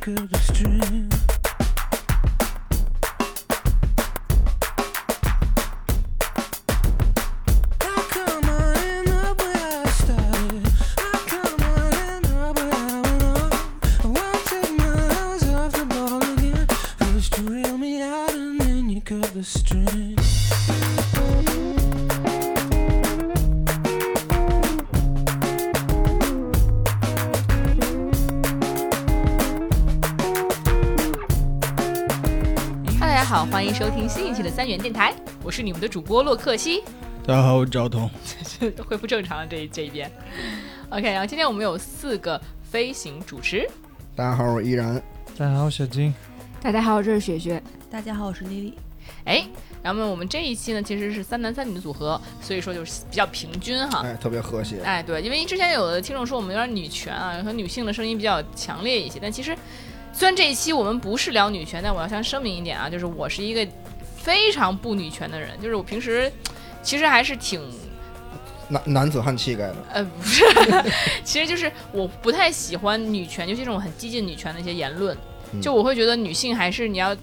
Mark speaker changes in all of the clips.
Speaker 1: could just dream. I come on and up where I started. I come on and up where I went off. I won't take my eyes off the ball again. First you reel me out and then you cut the string.
Speaker 2: 哈喽，大家好，欢迎收听新一期的三元电台，我是你们的主播洛克西，
Speaker 3: 大家好，我是赵彤。
Speaker 2: 恢复正常了这一这一边。OK，然后今天我们有四个飞行主持，
Speaker 4: 大家好，我依然。
Speaker 3: 大家好，小金。
Speaker 5: 大家好，我是雪雪。
Speaker 6: 大家好，我是丽丽。
Speaker 2: 哎，然后我们这一期呢其实是三男三女的组合，所以说就是比较平均哈。
Speaker 4: 哎，特别和谐。
Speaker 2: 哎，对，因为之前有的听众说我们有点女权啊，和女性的声音比较强烈一些，但其实虽然这一期我们不是聊女权，但我要先声明一点啊，就是我是一个非常不女权的人，就是我平时其实还是挺
Speaker 4: 男男子汉气概的，
Speaker 2: 呃，不是， 其实就是我不太喜欢女权，尤其这种很激进女权的一些言论。
Speaker 4: 嗯
Speaker 2: 就我会觉得女性还是你要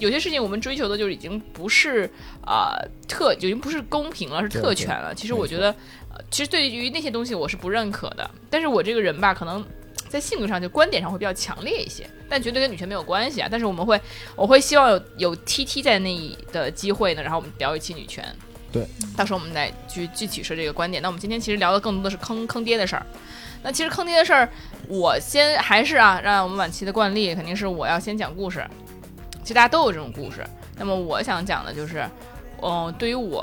Speaker 2: 有些事情我们追求的就已经不是啊、呃特，已经不是公平了，是
Speaker 4: 对
Speaker 2: 特权了。其实
Speaker 4: 没
Speaker 2: 我觉得，呃其实对于那些东西我是不认可的。但是我这个人吧，可能在性格上就观点上会比较强烈一些，但绝对跟女权没有关系啊。但是我们会，我会希望有有 TT 在那一的机会呢，然后我们聊一期女权。嗯
Speaker 4: 对，
Speaker 2: 到时候我们再去具体说这个观点。那我们今天其实聊的更多的是坑坑爹的事儿。那其实坑爹的事儿，我先还是啊，让我们晚期的惯例肯定是我要先讲故事。其实大家都有这种故事。那么我想讲的就是，嗯、对于我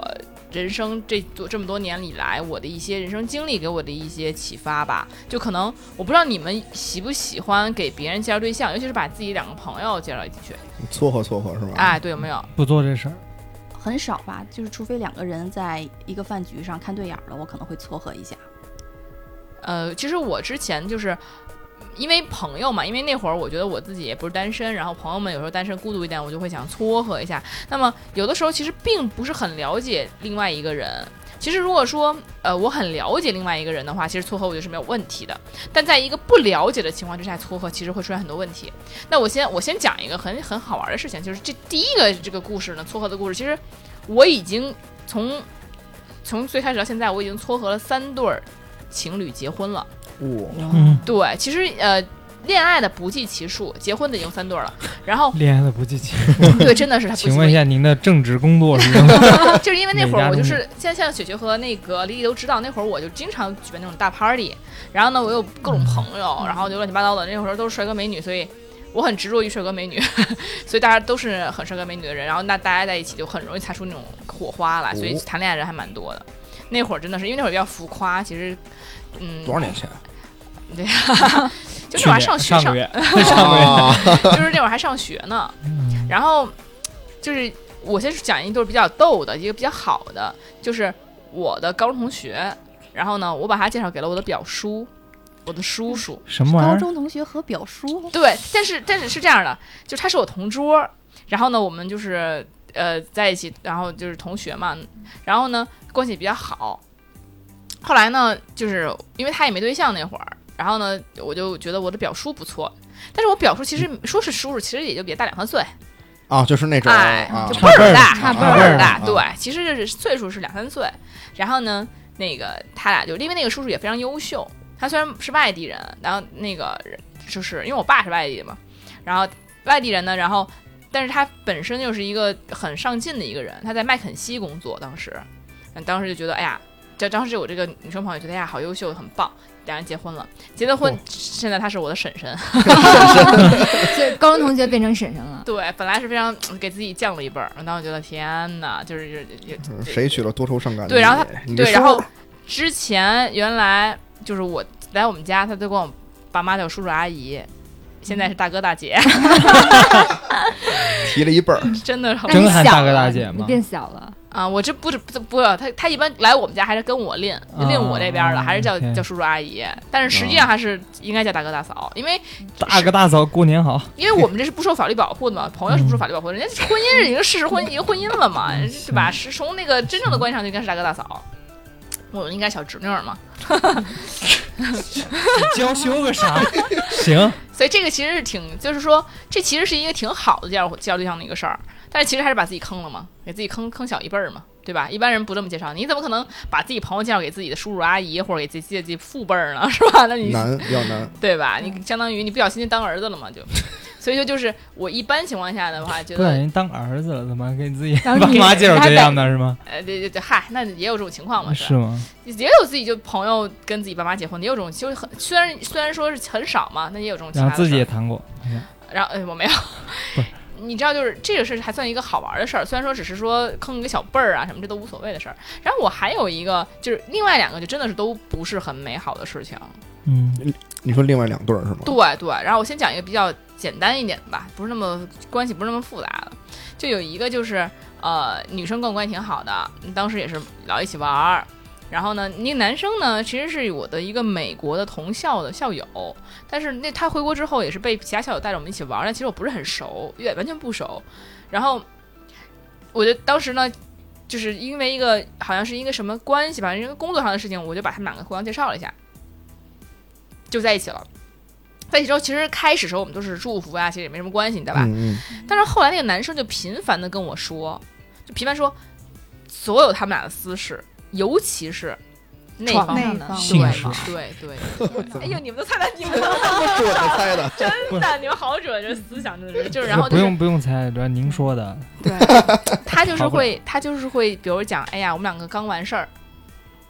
Speaker 2: 人生这多这么多年以来，我的一些人生经历给我的一些启发吧。就可能我不知道你们喜不喜欢给别人介绍对象，尤其是把自己两个朋友介绍进去。
Speaker 4: 撮合撮合是吧？
Speaker 2: 哎，，对，有没有？
Speaker 3: 不做这事儿，
Speaker 6: 很少吧，就是除非两个人在一个饭局上看对眼儿了，我可能会撮合一下。
Speaker 2: 呃，其实我之前就是因为朋友嘛，因为那会儿我觉得我自己也不是单身，然后朋友们有时候单身孤独一点，我就会想撮合一下。那么有的时候其实并不是很了解另外一个人。其实如果说呃我很了解另外一个人的话，其实撮合我觉得是没有问题的。但在一个不了解的情况之下撮合，其实会出现很多问题。那我先我先讲一个很很好玩的事情，就是这第一个这个故事呢，撮合的故事，其实我已经从从最开始到现在，我已经撮合了三对儿情侣结婚了。
Speaker 4: 我
Speaker 3: 嗯，
Speaker 2: 对，其实呃，恋爱的不计其数，结婚的已经三对儿 了。然后
Speaker 3: 恋爱的不计其数。
Speaker 2: 对，真的是他。
Speaker 3: 请问一，下，您的正职工作是什么？
Speaker 2: 就是因为那会
Speaker 3: 哪
Speaker 2: 儿我
Speaker 3: 家
Speaker 2: 就
Speaker 3: 公
Speaker 2: 是现在像雪雪和那个丽丽都知道，那会儿我就经常举办那种大 party，然后呢，我有各种朋友，
Speaker 3: 嗯
Speaker 2: 然后就乱七八糟的。那会儿都是帅哥美女，所以。我很执着于帅哥美女， 所以大家都是很帅哥美女的人，然后那大家在一起就很容易擦出那种火花来，所以
Speaker 4: 哦
Speaker 2: 谈恋爱人还蛮多的。那会儿真的是因为那会儿比较浮夸，其实，嗯，
Speaker 4: 多少年 前？
Speaker 2: 就那会儿还上学
Speaker 3: 上
Speaker 2: 上
Speaker 3: 个月，
Speaker 4: 啊，
Speaker 2: 就是那会儿还上学呢。然后就是我先讲一对比较逗的，一个比较好的，就是我的高中同学。然后呢，我把他介绍给了我的表叔，我的叔叔。
Speaker 3: 什么
Speaker 6: 高
Speaker 3: 玩意儿？
Speaker 6: 中同学和表叔，
Speaker 2: 对，但是但是是这样的，就是他是我同桌，然后呢，我们就是呃在一起，然后就是同学嘛，然后呢关系比较好。后来呢，就是因为他也没对象那会儿，然后呢，我就觉得我的表叔不错，但是我表叔其实说是叔叔，其实也就比他大两三岁，
Speaker 4: 啊，就是那种
Speaker 2: 哎
Speaker 4: 啊，，
Speaker 2: 就
Speaker 3: 差
Speaker 2: 倍
Speaker 3: 辈
Speaker 2: 儿
Speaker 3: 儿
Speaker 2: 大，
Speaker 4: 差
Speaker 2: 倍
Speaker 4: 辈儿
Speaker 2: 儿
Speaker 3: 大
Speaker 2: 大。对，其实是岁数是两三岁。然后呢，那个他俩就因为那个叔叔也非常优秀，他虽然是外地人，然后那个人就是因为我爸是外地的嘛，然后外地人呢，然后但是他本身就是一个很上进的一个人，他在麦肯锡工作，当时，嗯当时就觉得哎呀，这当时我这个女生朋友觉得哎呀好优秀，很棒。两人结婚了，结了婚，
Speaker 4: 哇
Speaker 2: 现在她是我的婶婶。
Speaker 5: 所以高中同学变成婶婶了。
Speaker 2: 对，本来是非常给自己降了一辈儿，然后我觉得天哪，就是有有
Speaker 4: 嗯 谁娶了多愁善感的
Speaker 2: 对
Speaker 4: 你？
Speaker 2: 然后
Speaker 4: 你
Speaker 2: 对，
Speaker 4: 说
Speaker 2: 然后之前原来就是我来我们家，他都管我爸妈叫叔叔阿姨，现在是大哥大姐，
Speaker 4: 提了 一辈儿，
Speaker 2: 真的很
Speaker 3: 真
Speaker 5: 那你
Speaker 3: 喊
Speaker 5: 小
Speaker 3: 大哥
Speaker 5: 了
Speaker 3: 大姐
Speaker 5: 你
Speaker 3: 吗
Speaker 5: 变小了，
Speaker 2: 啊！我这不是不不，他他一般来我们家还是跟我练
Speaker 3: 啊
Speaker 2: 练我这边的，还是叫
Speaker 3: OK
Speaker 2: 叫叔叔阿姨，但是实际上还是应该叫大哥大嫂，因为
Speaker 3: 大哥大嫂，过年好。
Speaker 2: 因为我们这是不受法律保护的嘛，朋友是不受法律保护的，人家婚姻是已经事实婚已经婚姻了嘛，对吧？是从那个真正的关系上就应该是大哥大嫂，我应该小侄女儿嘛。
Speaker 3: 娇羞个啥？行，
Speaker 2: 所以这个其实是挺，就是说这其实是一个挺好的介绍介绍对象的一个事儿，但是其实还是把自己坑了嘛，给自己坑坑小一辈儿嘛，对吧？一般人不这么介绍，你怎么可能把自己朋友介绍给自己的叔叔阿姨或者给自己自己自己父辈儿呢？是 吧？那你
Speaker 4: 难比较难。
Speaker 2: 对吧？
Speaker 3: 嗯
Speaker 2: 你相当于你不小心就当儿子了嘛，就。所以说，就是我一般情况下的话，觉
Speaker 3: 不小
Speaker 2: 得
Speaker 3: 心当儿子了，怎么给自己
Speaker 5: 当
Speaker 3: 爸
Speaker 5: 女
Speaker 3: 妈
Speaker 5: 人
Speaker 3: 介绍
Speaker 5: 还
Speaker 3: 对
Speaker 5: 得
Speaker 3: 象的是吗？
Speaker 2: 呃，对对对，嗨，那也有这种情况嘛，吧
Speaker 3: 是吗？
Speaker 2: 也有自己就朋友跟自己爸妈结婚的，也有这种，就是很虽然虽然说是很少嘛，那也有这种其他
Speaker 3: 然
Speaker 2: 的
Speaker 3: 后自己
Speaker 2: 事儿
Speaker 3: 也谈过，
Speaker 2: 然后哎，我没有
Speaker 3: 不是。
Speaker 2: 你知道，就是这个事儿还算一个好玩的事儿，虽然说只是说坑一个小辈儿啊什么，这都无所谓的事儿。然后我还有一个，就是另外两个，就真的是都不是很美好的事情。
Speaker 3: 嗯，
Speaker 4: 你说另外两对儿是吗？
Speaker 2: 对对，然后我先讲一个比较简单一点的吧，不是那么关系不是那么复杂的。就有一个就是呃，女生跟我关系挺好的，当时也是老一起玩儿。然后呢，那个男生呢，其实是我的一个美国的同校的校友，但是那他回国之后也是被其他校友带着我们一起玩儿，但其实我不是很熟，也完全不熟。然后我就当时呢，就是因为一个好像是一个什么关系吧，因为工作上的事情，我就把他们两个互相介绍了一下，就在一起了。在一起之后，其实开始时候我们都是祝福啊，其实也没什么关系，你知道吧？
Speaker 4: 嗯嗯，
Speaker 2: 但是后来那个男生就频繁的跟我说，就频繁说所有他们俩的私事，尤其是那
Speaker 5: 床
Speaker 2: 方
Speaker 5: 上
Speaker 2: 面
Speaker 5: 的
Speaker 2: 的
Speaker 3: 性事
Speaker 2: 对对对对 对。哎呦，你们都猜到你们
Speaker 4: 是我猜的。
Speaker 2: 真的，你们好准，这思想真的是就是，然
Speaker 3: 这
Speaker 2: 后就
Speaker 3: 不
Speaker 2: 是
Speaker 3: 用不用猜，主要您说的，
Speaker 2: 他就是
Speaker 3: 好不了
Speaker 2: 会他就是会，比如讲，哎呀，我们两个刚完事儿，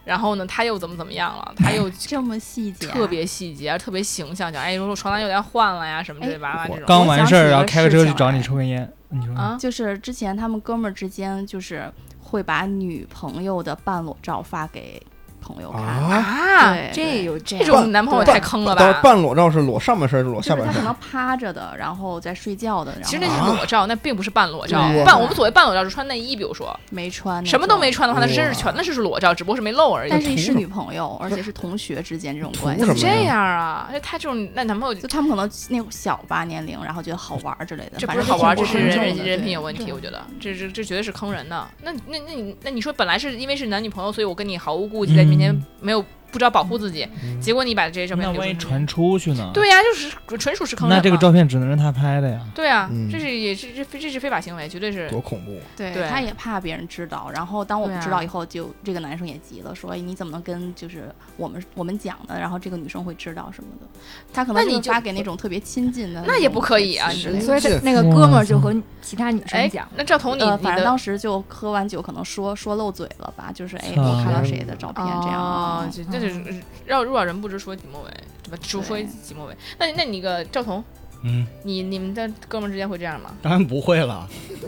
Speaker 2: 然后呢他又怎么怎么样了，他又
Speaker 6: 这么细节啊，
Speaker 2: 特别细节，特别形象，讲，哎，如果床单有点换了呀什么之
Speaker 6: 哎
Speaker 2: 类吧这种。
Speaker 3: 刚完事儿，然后开个车去
Speaker 6: 我
Speaker 3: 找
Speaker 6: 想起一
Speaker 3: 你
Speaker 6: 个事情
Speaker 3: 抽根烟，你说
Speaker 2: 啊，
Speaker 6: 就是之前他们哥们儿之间就是会把女朋友的半裸照发给朋友看，
Speaker 4: 啊，
Speaker 2: 啊，
Speaker 6: 对
Speaker 5: 这有这
Speaker 2: 这
Speaker 5: 样
Speaker 2: 种男朋友也
Speaker 4: 半
Speaker 2: 太坑了
Speaker 4: 但
Speaker 2: 吧
Speaker 4: 是！半裸照是裸上半身，是裸
Speaker 6: 就
Speaker 4: 下
Speaker 6: 是
Speaker 4: 半
Speaker 6: 他可
Speaker 4: 身。
Speaker 6: 能趴着的，然后在睡觉的，然后
Speaker 2: 其实那是裸照，那并不是半裸照
Speaker 6: 对。
Speaker 2: 半我们所谓半裸照是穿内衣，比如说
Speaker 6: 没穿那
Speaker 2: 什么都没
Speaker 6: 种，
Speaker 2: 穿的话，那
Speaker 4: 哇
Speaker 2: 真是全那是裸照，只不过是没露而已
Speaker 6: 但。是
Speaker 4: 图
Speaker 6: 是
Speaker 4: 什么
Speaker 6: 女朋友，而且是同学之间这种关
Speaker 4: 图什
Speaker 6: 系
Speaker 4: 么。
Speaker 2: 这样啊，那他这种那男朋友就
Speaker 6: 就他们可能那种小吧年龄，然后觉得好玩儿之类的，
Speaker 2: 这
Speaker 6: 反
Speaker 2: 不是
Speaker 6: 正
Speaker 2: 好玩儿，这
Speaker 6: 挺
Speaker 2: 是
Speaker 6: 不
Speaker 2: 人
Speaker 6: 尊
Speaker 2: 人
Speaker 6: 重的
Speaker 2: 人品
Speaker 6: 对
Speaker 2: 有问题，
Speaker 5: 对
Speaker 2: 我觉得这这这绝对是坑人的。那那那你那你说本来是因为是男女朋友，所以我跟你毫无顾忌，在你面前
Speaker 3: 嗯
Speaker 2: 没有不知道保护自己，
Speaker 4: 嗯
Speaker 2: 结果你把这些照片
Speaker 3: 那
Speaker 2: 流
Speaker 3: 万一
Speaker 2: 出去
Speaker 3: 传出去呢？，
Speaker 2: 对呀、就是纯属是坑人嘛。
Speaker 3: 那这个照片只能是他拍的呀。
Speaker 2: 对啊，
Speaker 4: 嗯
Speaker 2: 这是也是这非这是非法行为，绝对是
Speaker 4: 多恐怖！
Speaker 6: 对，
Speaker 2: 对
Speaker 6: 他也怕别人知道。然后当我
Speaker 2: 对
Speaker 6: 们
Speaker 2: 啊
Speaker 6: 知道以后就，这个男生也急了，说：“哎，你怎么能跟就是我们我们讲的，然后这个女生会知道什么的？”他可能
Speaker 2: 那你
Speaker 6: 就会
Speaker 2: 就
Speaker 6: 发给那种特别亲近的种，
Speaker 2: 那也不可以啊
Speaker 6: 之
Speaker 2: 你
Speaker 6: 类的
Speaker 5: 所以他
Speaker 4: 这
Speaker 5: 那个哥们儿就和其他女生
Speaker 2: 哎
Speaker 5: 讲，，
Speaker 2: 那赵彤你、
Speaker 6: 呃，
Speaker 2: 你
Speaker 6: 反正
Speaker 2: 的
Speaker 6: 当时就喝完酒，可能说说漏嘴了吧，就是哎，
Speaker 3: 操
Speaker 4: 啊
Speaker 6: 我看到谁的照片这样
Speaker 2: 哦
Speaker 6: 啊，
Speaker 2: 就那就是绕入扰人不知说己莫为，对吧？只说
Speaker 6: 对
Speaker 2: 己莫为。那那你个赵彤，
Speaker 7: 嗯，
Speaker 2: 你你们的哥们儿之间会这样吗？
Speaker 7: 当然不会了，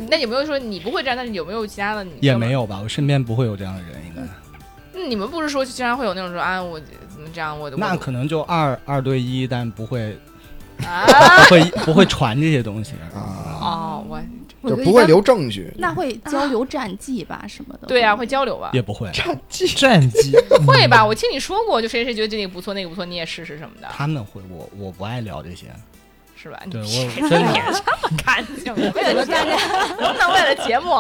Speaker 2: 那有没有说你不会这样，但是有没有其他的你
Speaker 7: 也
Speaker 2: 哥们
Speaker 7: 没
Speaker 2: 儿
Speaker 7: 有吧，我身边不会有这样的人，应该。
Speaker 2: 那你们不是说经常会有那种说啊，我怎么这样，我
Speaker 7: 那
Speaker 2: 我
Speaker 7: 可能就二二对一，但不会
Speaker 2: 啊
Speaker 7: 不会不会传这些东西
Speaker 4: 啊
Speaker 2: 哦，我
Speaker 5: 我
Speaker 4: 就
Speaker 5: 觉得
Speaker 4: 不
Speaker 5: 一
Speaker 4: 会
Speaker 5: 般
Speaker 4: 留证据。
Speaker 6: 那会交流战绩吧什么的。
Speaker 2: 啊对啊呀、会交流吧？
Speaker 7: 也不会。啊
Speaker 4: 战绩
Speaker 3: 战绩
Speaker 2: 会吧？我听你说过，就谁谁觉得这个不错，那个不错，你也试试什么的，
Speaker 7: 他们会，我我不爱聊这些。
Speaker 2: 是吧？
Speaker 7: 对
Speaker 2: 你
Speaker 7: 我真
Speaker 2: 脸
Speaker 7: 的，
Speaker 2: 这么干净，为了大家能不能为了节目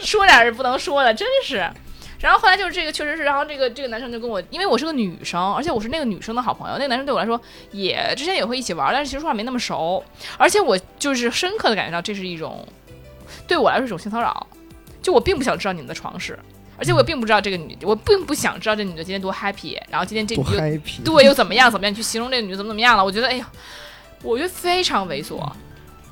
Speaker 2: 说点儿不能说的，真是。然后后来就是这个，确实是，然后这个这个男生就跟我，因为我是个女生，而且我是那个女生的好朋友，那个男生对我来说也之前也会一起玩，但是其实说话没那么熟，而且我就是深刻的感觉到这是一种对我来说是一种性骚扰，就我并不想知道你们的床事，而且我也并不知道这个女，我并不想知道这女的今天多 happy，然后今天这女
Speaker 4: 多
Speaker 2: 的
Speaker 4: happy！
Speaker 2: 对，又怎么样怎么样？你去形容这个女的怎么怎么样了？我觉得，哎呀，我觉得非常猥琐。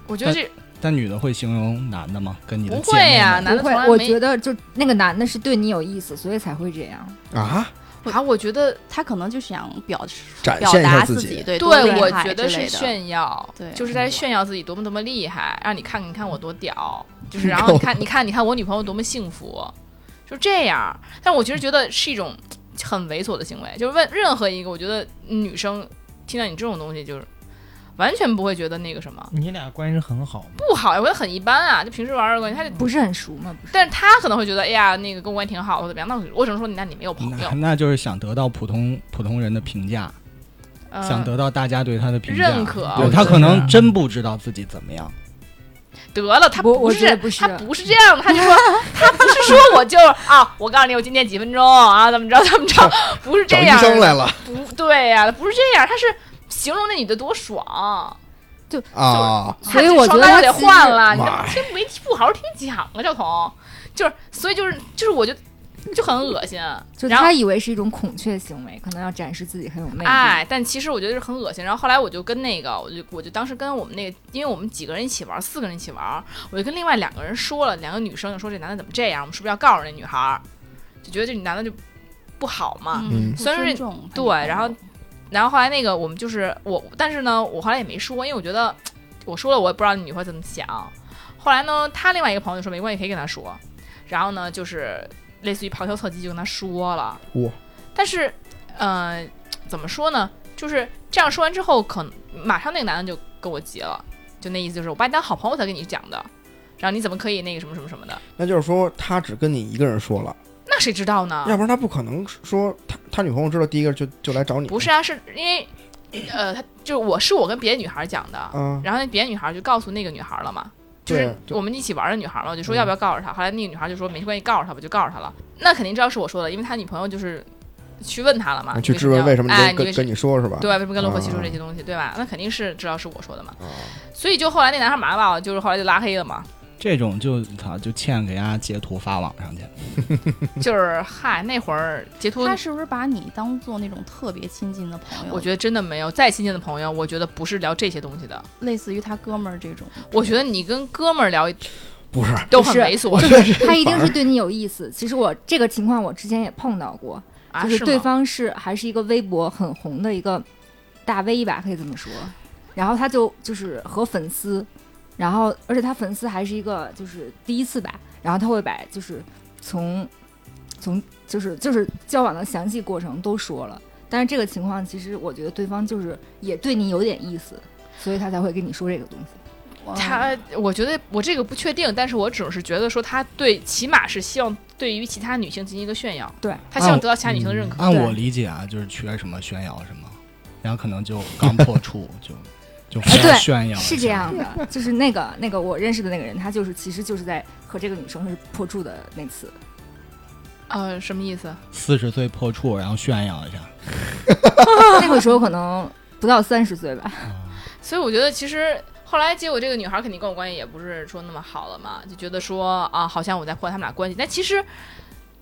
Speaker 2: 我觉得这
Speaker 7: 但女的会形容男的吗？跟你的
Speaker 2: 不
Speaker 7: 姐妹
Speaker 2: 会呀、
Speaker 7: 们
Speaker 2: 男的
Speaker 5: 不
Speaker 2: 从
Speaker 5: 会
Speaker 2: 来，
Speaker 5: 我
Speaker 2: 没
Speaker 5: 觉得就那个男的是对你有意思，所以才会这样。
Speaker 4: 啊，
Speaker 2: 啊，我觉得
Speaker 6: 他可能就想表
Speaker 4: 展
Speaker 6: 表
Speaker 4: 现一
Speaker 6: 达
Speaker 4: 下
Speaker 6: 自
Speaker 4: 己。
Speaker 6: 对，
Speaker 2: 对，
Speaker 6: 多厉
Speaker 2: 我
Speaker 6: 害
Speaker 2: 觉
Speaker 6: 之
Speaker 2: 得是
Speaker 6: 类的
Speaker 2: 炫耀，
Speaker 6: 对
Speaker 2: 就是
Speaker 7: 嗯
Speaker 2: 在炫耀自己多么多么厉害，让你看看你看我多屌， 就是然后你看你看你看我女朋友多么幸福，就这样。但我其实觉得是一种很猥琐的行为，就是问任何一个，我觉得女生听到你这种东西，就是完全不会觉得那个什么
Speaker 3: 你俩关系很好吗？
Speaker 2: 不好，我觉得很一般啊，就平时玩玩的关系，他就
Speaker 5: 不是很熟嘛，不是
Speaker 2: 但是他可能会觉得，哎呀，那个跟我关系挺好，或者怎么样。那我我只能说，那你没有朋友
Speaker 7: 那，那就是想得到普通普通人的评价，
Speaker 2: 嗯、
Speaker 7: 想得到大家对他的评价
Speaker 2: 认可
Speaker 7: 对
Speaker 2: 我
Speaker 7: 他
Speaker 2: 觉
Speaker 7: 可能
Speaker 3: 得
Speaker 7: 真不知道自己怎么样。
Speaker 2: 得了，他
Speaker 5: 我
Speaker 2: 不
Speaker 5: 我觉
Speaker 2: 是
Speaker 5: 得不是
Speaker 2: 他不是这样的，他就说他不是说我就啊，我告诉你，我今天几分钟啊，怎么着怎么着，不是这
Speaker 4: 找医
Speaker 2: 样，
Speaker 4: 生来了，
Speaker 2: 不对呀、他不是这样，他是形容那女的多爽，
Speaker 4: 啊，
Speaker 5: 所以我觉得
Speaker 2: 他
Speaker 5: 他
Speaker 2: 得
Speaker 5: 其实
Speaker 2: 换了，你怎么
Speaker 4: 妈呀
Speaker 2: 听没不好好听讲啊，赵彤，就是所以就是就是我就就很恶心，
Speaker 5: 就
Speaker 2: 然后
Speaker 5: 他以为是一种孔雀行为，可能要展示自己很有魅力。
Speaker 2: 哎，但其实我觉得是很恶心。然后后来我就跟那个，我就我就当时跟我们那个，因为我们几个人一起玩，四个人一起玩，我就跟另外两个人说了，两个女生就说这男的怎么这样，我们是不是要告诉那女孩儿？就觉得这男的就不好嘛。
Speaker 4: 嗯
Speaker 2: 虽然是
Speaker 6: 这种
Speaker 2: 对，然后，然后后来那个我们就是我，但是呢，我后来也没说，因为我觉得我说了，我也不知道那女孩怎么想。后来呢，他另外一个朋友就说没关系，可以跟他说。然后呢，就是类似于旁敲侧击就跟他说了。
Speaker 4: 哇
Speaker 2: 但是，呃，怎么说呢？就是这样说完之后，可能马上那个男的就跟我急了，就那意思就是我把你当好朋友才跟你讲的，然后你怎么可以那个什么什么什么的？
Speaker 4: 那就是说他只跟你一个人说了，
Speaker 2: 那谁知道呢？
Speaker 4: 要不然他不可能说他他女朋友知道第一个就就来找你。
Speaker 2: 不是啊，是因为，呃，他就是我是我跟别的女孩讲的，
Speaker 4: 啊，
Speaker 2: 然后那别的女孩就告诉那个女孩了嘛，就是
Speaker 4: 对就嗯
Speaker 2: 我们一起玩的女孩嘛，我就说要不要告诉她。后来那个女孩就说没关系，告诉她吧，就告诉她了。那肯定知道是我说的，因为他女朋友就是去问他了嘛，
Speaker 4: 啊去质问为什么
Speaker 2: 你哎
Speaker 4: 你，跟
Speaker 2: 为什
Speaker 4: 跟你说是吧？
Speaker 2: 对，为什么跟洛克西说
Speaker 4: 啊
Speaker 2: 这些东西，对吧？那肯定是知道是我说的嘛。
Speaker 4: 啊，
Speaker 2: 所以就后来那男孩马上把我就是后来就拉黑了嘛，
Speaker 7: 这种就操就欠给大家截图发网上去。
Speaker 4: 嗯
Speaker 2: 就是嗨，那会儿截图
Speaker 6: 他是不是把你当做那种特别亲近的朋友？
Speaker 2: 嗯我觉得真的没有再亲近的朋友，我觉得不是聊这些东西的。
Speaker 6: 得类似于他哥们儿这种，
Speaker 2: 我觉得你跟哥们儿聊
Speaker 4: 不是，
Speaker 2: 都很
Speaker 5: 是
Speaker 2: 猥琐，
Speaker 5: 他一定 是对你有意思。其实我这个情况我之前也碰到过，
Speaker 2: 啊，
Speaker 5: 就是
Speaker 2: 吗
Speaker 5: 对方是还是一个微博很红的一个大 V 吧，可以这么说。然后他就就是和粉丝，然后而且他粉丝还是一个就是第一次吧，然后他会把就是从从就是就是交往的详细过程都说了。但是这个情况其实我觉得对方就是也对你有点意思，所以他才会跟你说这个东西。
Speaker 6: 哇
Speaker 2: 他，我觉得我这个不确定，但是我只是觉得说他对，起码是希望对于其他女性进行一个炫耀，
Speaker 5: 对，
Speaker 2: 他希望得到其他女性的认可。
Speaker 7: 按我
Speaker 5: 对
Speaker 7: 理解啊，就是缺什么炫耀什么，然后可能就刚破处就就非
Speaker 5: 对
Speaker 7: 要炫耀一下，
Speaker 5: 是这样的，就是那个那个我认识的那个人，他就是其实就是在和这个女生是破处的那次。
Speaker 2: 呃，什么意思？
Speaker 7: 四十岁破处，然后炫耀一下。
Speaker 5: 那个时候可能不到三十岁吧。
Speaker 2: 所以我觉得其实后来结果这个女孩肯定跟我关系也不是说那么好了嘛，就觉得说啊，好像我在破坏他们俩关系。但其实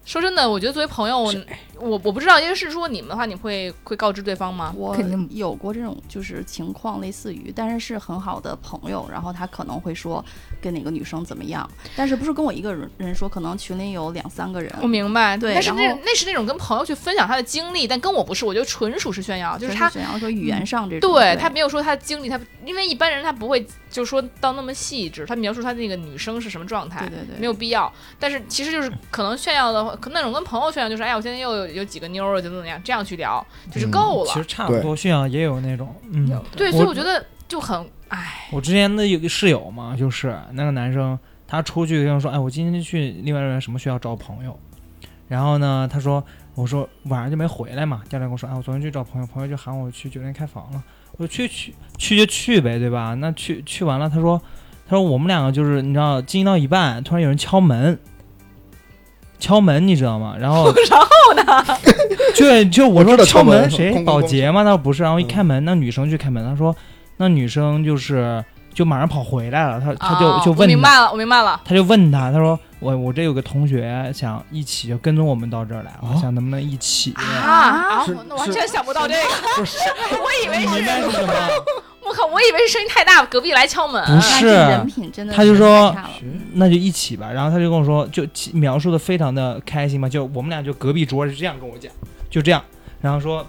Speaker 2: 说真的，我觉得作为朋友，我我我不知道，因为是说你们的话，你会会告知对方吗？
Speaker 6: 我
Speaker 5: 肯定
Speaker 6: 有过这种就是情况，类似于，但是是很好的朋友，然后他可能会说跟哪个女生怎么样，但是不是跟我一个人人说，可能群里有两三个人，
Speaker 2: 我明白，
Speaker 6: 对
Speaker 2: 但是那
Speaker 6: 然后
Speaker 2: 那是那种跟朋友去分享他的经历，但跟我不是，我觉得纯属是炫耀，就是他嗯
Speaker 6: 然后说语言上这种，
Speaker 2: 对他没有说他经历，他因为一般人他不会就说到那么细致，他描述他那个女生是什么状态，
Speaker 6: 对对对，
Speaker 2: 没有必要。但是其实就是可能炫耀的话，可那种跟朋友炫耀就是，哎呀，我现在又有有几个妞儿了，怎么怎么样，这样去聊就是够了。
Speaker 3: 其实差不多，炫耀也有那种，嗯，
Speaker 2: 对，
Speaker 3: 我
Speaker 2: 所以我觉得就很哎，
Speaker 3: 我之前的有个室友嘛，就是那个男生，他出去跟我说，哎，我今天去另外一个什么学校找朋友，然后呢，他说，我说晚上就没回来嘛，第二天跟我说，哎，我昨天去找朋友，朋友就喊我去酒店开房了，我说去去去就去呗，对吧？那去去完了，他说，他说我们两个就是你知道，进行到一半，突然有人敲门。敲门，你知道吗？然后
Speaker 2: 然后
Speaker 3: 就就我说
Speaker 4: 知道
Speaker 3: 敲
Speaker 4: 敲门
Speaker 3: 门谁？
Speaker 4: 咣咣咣
Speaker 3: 保洁吗？他说不是，然后一
Speaker 4: 嗯
Speaker 3: 开门，那女生去开门，他说那女生就是就马上跑回来了，他他就、
Speaker 2: 啊
Speaker 3: 就
Speaker 2: 我
Speaker 3: 问
Speaker 2: 明
Speaker 3: 他
Speaker 2: 白了，我明白了。
Speaker 3: 他就问他，他说我我这有个同学想一起就跟踪我们到这儿来，我
Speaker 7: 哦
Speaker 3: 想能不能一起？
Speaker 2: 啊！
Speaker 4: 是
Speaker 2: 我那我还
Speaker 4: 是
Speaker 2: 真想不到这个，
Speaker 4: 不是
Speaker 2: 我以为
Speaker 7: 明白是什么？
Speaker 2: 我靠，我以为是声音太大，隔壁来敲门。
Speaker 3: 不
Speaker 6: 但
Speaker 3: 是
Speaker 6: 是人品真的
Speaker 3: 他就是说
Speaker 6: 太差了
Speaker 3: 那就一起吧。然后他就跟我说，就其描述的非常的开心嘛，就我们俩就隔壁桌是这样跟我讲，就这样。然后说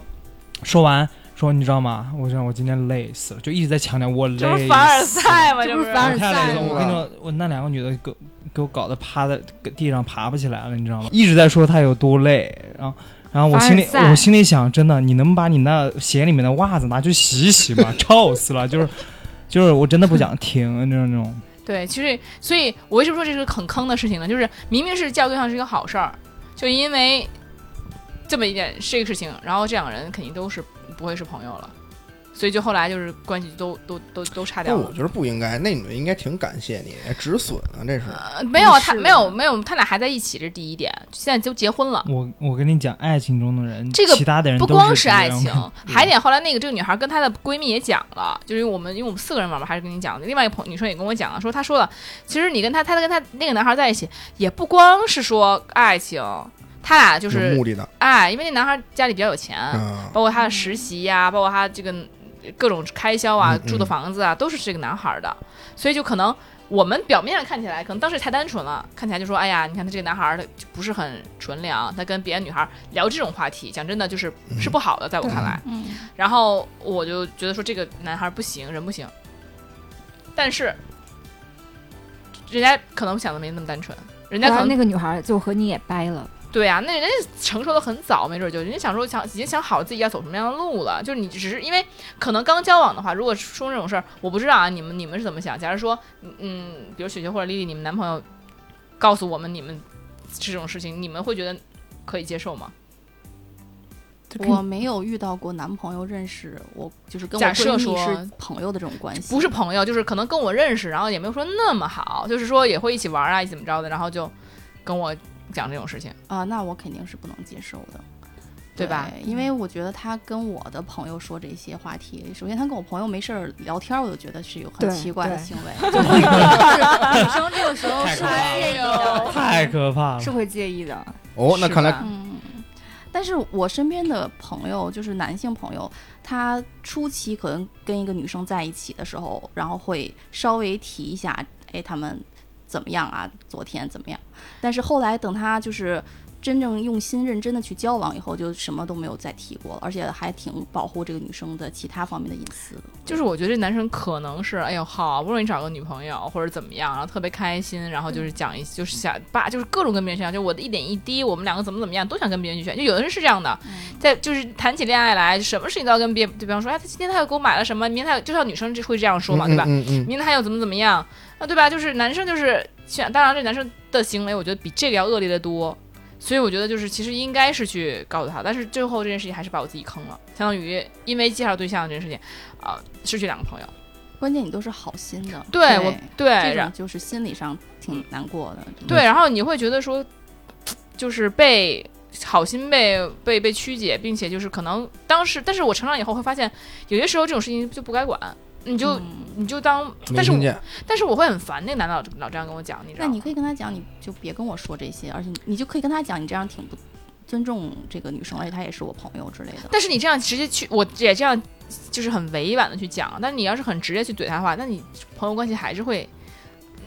Speaker 3: 说完说你知道吗？我说我今天累死了，就一直在强调我累死
Speaker 2: 这
Speaker 3: 了。
Speaker 2: 不是凡尔赛吗？
Speaker 5: 这
Speaker 2: 这
Speaker 5: 不是凡尔
Speaker 3: 太累
Speaker 5: 赛
Speaker 3: 了，
Speaker 5: 吗
Speaker 3: 我跟你说，我那两个女的给给我搞得趴在地上爬不起来了，你知道吗？一直在说她有多累，然后。然后我心里，
Speaker 5: 凡尔赛
Speaker 3: 我心里想，真的，你能把你那鞋里面的袜子拿去洗一洗吗？ 臭死了，就是，就是，我真的不想听那种那种。
Speaker 2: 对，其实所以，我为什么说这是个很坑的事情呢？就是明明是交对象是一个好事儿，就因为这么一件这个事情，然后这两个人肯定都是不会是朋友了，所以就后来就是关系都都都都差掉
Speaker 4: 但我
Speaker 2: 了。
Speaker 4: 觉得不应该，那女的应该挺感谢你，止损啊，这是。
Speaker 2: 呃没有啊，
Speaker 5: 不
Speaker 2: 他
Speaker 5: 是
Speaker 2: 没有没有，他俩还在一起，这是第一点。现在都结婚了。
Speaker 3: 我我跟你讲，爱情中的人，
Speaker 2: 这个
Speaker 3: 其他的人
Speaker 2: 不
Speaker 3: 都
Speaker 2: 光
Speaker 3: 是
Speaker 2: 是
Speaker 3: 这
Speaker 2: 爱
Speaker 3: 样
Speaker 2: 情
Speaker 3: 的，
Speaker 2: 还得后来那个这个女孩跟她的闺蜜也讲了，就是我们因为我们四个人玩嘛，还是跟你讲的。另外一个朋女生也跟我讲了，说她说了，其实你跟她，她跟她那个男孩在一起，也不光是说爱情，他俩就
Speaker 4: 有
Speaker 2: 是
Speaker 4: 目的的
Speaker 2: 哎，因为那男孩家里比较有钱，
Speaker 4: 啊，
Speaker 2: 包括他的实习呀、包括他这个各种开销啊
Speaker 4: 嗯、嗯
Speaker 2: 住的房子啊，都是这个男孩儿的，所以就可能我们表面上看起来，可能当时太单纯了，看起来就说，哎呀，你看他这个男孩儿他就不是很纯良，他跟别的女孩儿聊这种话题，讲真的就是
Speaker 4: 嗯
Speaker 2: 是不好的，在我看来。
Speaker 6: 嗯，
Speaker 2: 然后我就觉得说这个男孩儿不行，人不行，但是人家可能想的没那么单纯，人家
Speaker 5: 后
Speaker 2: 可
Speaker 5: 来
Speaker 2: 能
Speaker 5: 那个女孩就和你也掰了，
Speaker 2: 对啊，那人家成熟的很早，没准就人家想说想已经想好自己要走什么样的路了。就是你只是因为可能刚交往的话，如果说这种事儿，我不知道啊，你们你们是怎么想？假如说，嗯，比如雪雪或者丽丽，你们男朋友告诉我们你们这种事情，你们会觉得可以接受吗？
Speaker 6: 我没有遇到过男朋友认识我，就是跟我
Speaker 2: 假设
Speaker 6: 闺蜜
Speaker 2: 说
Speaker 6: 是朋友的这种关系，
Speaker 2: 不是朋友，就是可能跟我认识，然后也没有说那么好，就是说也会一起玩啊，一起怎么着的，然后就跟我讲这种事情，
Speaker 6: 啊、那我肯定是不能接受的，
Speaker 2: 对吧？
Speaker 6: 因为我觉得他跟我的朋友说这些话题，首先他跟我朋友没事儿聊天儿，我就觉得是有很
Speaker 5: 对
Speaker 6: 奇怪的
Speaker 5: 对
Speaker 6: 行为，
Speaker 5: 女生这个时候
Speaker 3: 太
Speaker 5: 是
Speaker 3: 可怕
Speaker 2: 啊
Speaker 3: 了太可
Speaker 5: 会介意的，
Speaker 3: 怕
Speaker 5: 是
Speaker 3: 了。
Speaker 5: 会介意的。
Speaker 4: 哦，那
Speaker 2: 是
Speaker 4: 看来
Speaker 2: 吧
Speaker 6: 嗯，但是我身边的朋友，就是男性朋友，他初期可能跟一个女生在一起的时候，然后会稍微提一下，哎，他们怎么样啊？昨天怎么样？但是后来等他就是真正用心认真的去交往以后，就什么都没有再提过了，而且还挺保护这个女生的其他方面的隐私的。
Speaker 2: 就是我觉得这男生可能是，哎呦，好不容易找个女朋友或者怎么样，然后特别开心，然后就是讲一，就是想把，就是各种跟别人炫耀，就我的一点一滴，我们两个怎么怎么样，都想跟别人去炫耀。就有的人是这样的，
Speaker 3: 嗯
Speaker 2: 在就是谈起恋爱来，什么事情都要跟别对方说，哎，他今天他又给我买了什么，明天他又就像女生就会这样说嘛，对吧？
Speaker 4: 嗯嗯嗯
Speaker 2: 明天他又怎么怎么样，啊，对吧？就是男生就是炫，当然这男生的行为，我觉得比这个要恶劣的多。所以我觉得就是，其实应该是去告诉他，但是最后这件事情还是把我自己坑了，相当于因为介绍对象这件事情，啊、失去两个朋友。
Speaker 6: 关键你都是好心的，
Speaker 2: 对我对
Speaker 6: 这
Speaker 2: 然
Speaker 6: 种就是心理上挺难过的。嗯真的
Speaker 2: 对，然后你会觉得说，就是被好心被被被曲解，并且就是可能当时，但是我成长以后会发现，有些时候这种事情就不该管，你就、
Speaker 6: 嗯
Speaker 2: 你就当，
Speaker 4: 嗯，没
Speaker 2: 但是
Speaker 4: 听
Speaker 2: 我
Speaker 4: 见，
Speaker 2: 但是我会很烦那个男的老老这样跟我讲，你知道
Speaker 6: 那
Speaker 2: 吗？
Speaker 6: 你可以跟他讲，你就别跟我说这些，而且你就可以跟他讲，你这样挺不尊重这个女生，而且她也是我朋友之类的。
Speaker 2: 但是你这样直接去，我也这样，就是很委婉的去讲。但你要是很直接去怼他的话，那你朋友关系还是会。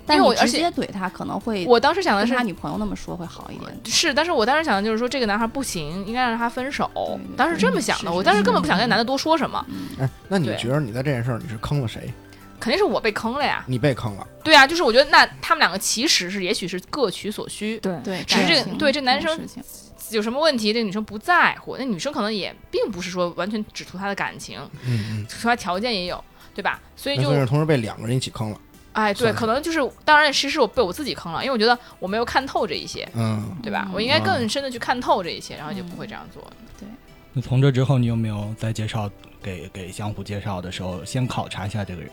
Speaker 6: 但
Speaker 2: 因为
Speaker 6: 你
Speaker 2: 我而
Speaker 6: 直
Speaker 2: 且
Speaker 6: 接怼他，可能会
Speaker 2: 我当时想的
Speaker 6: 跟
Speaker 2: 是
Speaker 6: 他，女朋友那么说会好一点。
Speaker 2: 是，但是我当时想的就是说，这个男孩不行，应该让他分手
Speaker 6: 对对。
Speaker 2: 当时这么
Speaker 6: 嗯
Speaker 2: 想
Speaker 6: 是
Speaker 2: 的，
Speaker 6: 是
Speaker 2: 我当时
Speaker 6: 是
Speaker 2: 根本不想跟男的多说什么，
Speaker 4: 哎，那你
Speaker 2: 对
Speaker 4: 觉得你在这件事儿你是坑了谁？
Speaker 2: 肯定是我被坑了呀。
Speaker 4: 你被坑了，
Speaker 2: 对啊，就是我觉得那他们两个其实是，也许是各取所需，
Speaker 5: 对，
Speaker 6: 对，
Speaker 2: 只是
Speaker 6: 感
Speaker 2: 这个
Speaker 6: 情
Speaker 2: 对这男
Speaker 6: 种
Speaker 2: 生
Speaker 6: 事情
Speaker 2: 有什么问题，这个女生不在乎，那女生可能也并不是说完全只图他的感情，
Speaker 4: 嗯嗯，
Speaker 2: 图他条件也有，对吧？所以
Speaker 4: 那
Speaker 2: 就
Speaker 4: 算是同时被两个人一起坑了，
Speaker 2: 哎，对，
Speaker 4: 算是
Speaker 2: 可能就是当然，其实我被我自己坑了，因为我觉得我没有看透这一些，
Speaker 4: 嗯，
Speaker 2: 对吧
Speaker 6: 嗯？
Speaker 2: 我应该更深的去看透这一些，然后就不会这样做。
Speaker 7: 那从这之后，你有没有在介绍给给相互介绍的时候，先考察一下这个人？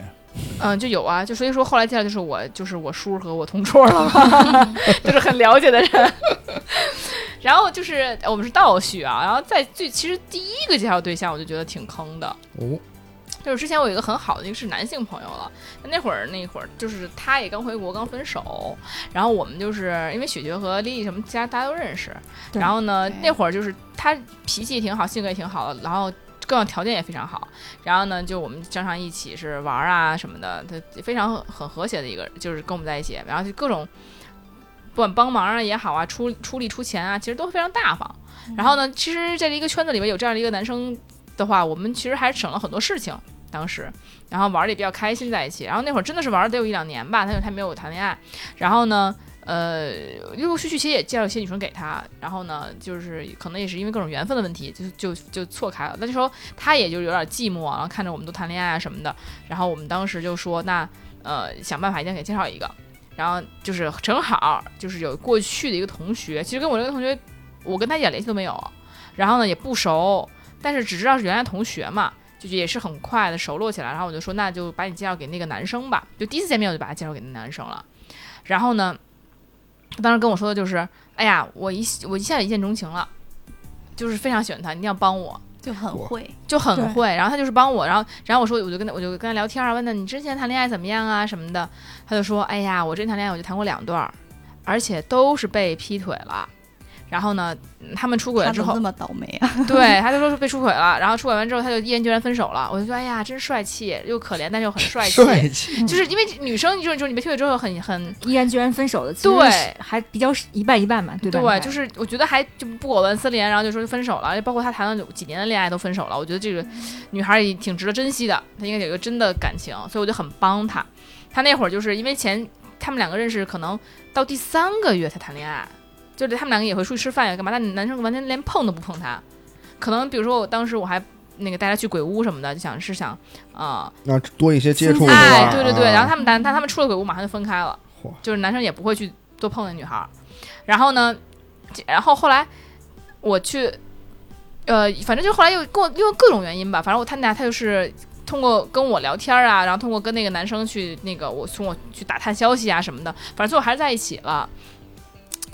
Speaker 2: 嗯，就有啊，就所以说后来介绍就是我就是我叔和我同桌了嘛，就是很了解的人。然后就是呃我们是倒叙啊，然后在最其实第一个介绍对象我就觉得挺坑的，
Speaker 4: 哦，
Speaker 2: 就是之前我有一个很好的一个是男性朋友了，那会儿那会儿就是他也刚回国刚分手，然后我们就是因为雪雪和丽丽什么家大家都认识，
Speaker 5: 对
Speaker 2: 然后呢
Speaker 6: 对
Speaker 2: 那会儿就是他脾气也挺好，性格也挺好的，然后各样条件也非常好，然后呢就我们经常一起是玩儿啊什么的，他非常很和谐的一个人，就是跟我们在一起，然后就各种不管帮忙啊也好啊，出出力出钱啊，其实都非常大方。然后呢，其实在这一个圈子里面有这样的一个男生的话，我们其实还省了很多事情。当时，然后玩的也比较开心，在一起。然后那会儿真的是玩了得有一两年吧，他他没有谈恋爱。然后呢，呃，陆陆续续其实也介绍一些女生给他。然后呢，就是可能也是因为各种缘分的问题，就就就错开了。那时候他也就有点寂寞，然后看着我们都谈恋爱啊什么的。然后我们当时就说，那呃，想办法一定要给介绍一个。然后就是正好就是有过去的一个同学，其实跟我这个同学，我跟他一点联系都没有，然后呢也不熟，但是只知道是原来同学嘛，就也是很快的熟络起来。然后我就说，那就把你介绍给那个男生吧。就第一次见面我就把他介绍给那男生了。然后呢，当时跟我说的就是，哎呀，我一我一下就一见钟情了，就是非常喜欢他，你一定要帮我。
Speaker 6: 就很
Speaker 4: 我
Speaker 6: 会，
Speaker 2: 就很
Speaker 8: 对
Speaker 2: 会，然后他就是帮我，然后然后我说我就跟他我就跟他聊天啊，问他你之前谈恋爱怎么样啊什么的，他就说哎呀，我之前谈恋爱我就谈过两段儿，而且都是被劈腿了，然后呢，嗯他们出轨了
Speaker 6: 他
Speaker 2: 之
Speaker 6: 怎么
Speaker 2: 后
Speaker 6: 这，么倒霉啊？
Speaker 2: 对，他就说是被出轨了，然后出轨完之后他就毅然决然分手了，我就说哎呀，真帅气，又可怜但是又很帅气，
Speaker 4: 帅气，
Speaker 2: 就是因为女生就是就是你被劈腿之后很很
Speaker 5: 毅然决然分手的，其实
Speaker 2: 对
Speaker 5: 还比较一半一半吧，对吧？
Speaker 2: 对，就是是我觉得还就不果断丝连，然后就说分手了，包括他谈了有几年的恋爱都分手了，我觉得这个女孩也挺值得珍惜的，她应该有一个真的感情，所以我就很帮她。她那会儿就是因为前他们两个认识，可能到第三个月才谈恋爱，就是他们两个也会出去吃饭呀干嘛，但男生完全连碰都不碰她。可能比如说我当时我还那个带她去鬼屋什么的，就想是想啊、
Speaker 4: 那多一些接触，
Speaker 5: 不
Speaker 2: 哎，
Speaker 4: 吧？
Speaker 2: 对对对，
Speaker 4: 啊
Speaker 2: 然后他们但但他们出了鬼屋，马上就分开了
Speaker 4: 嚯，
Speaker 2: 就是男生也不会去多碰那女孩儿。然后呢，这然后后来我去，呃，反正就后来又跟我因为各种原因吧，反正我他俩他就是通过跟我聊天儿啊，然后通过跟那个男生去那个我从我去打探消息啊什么的，反正最后还是在一起了。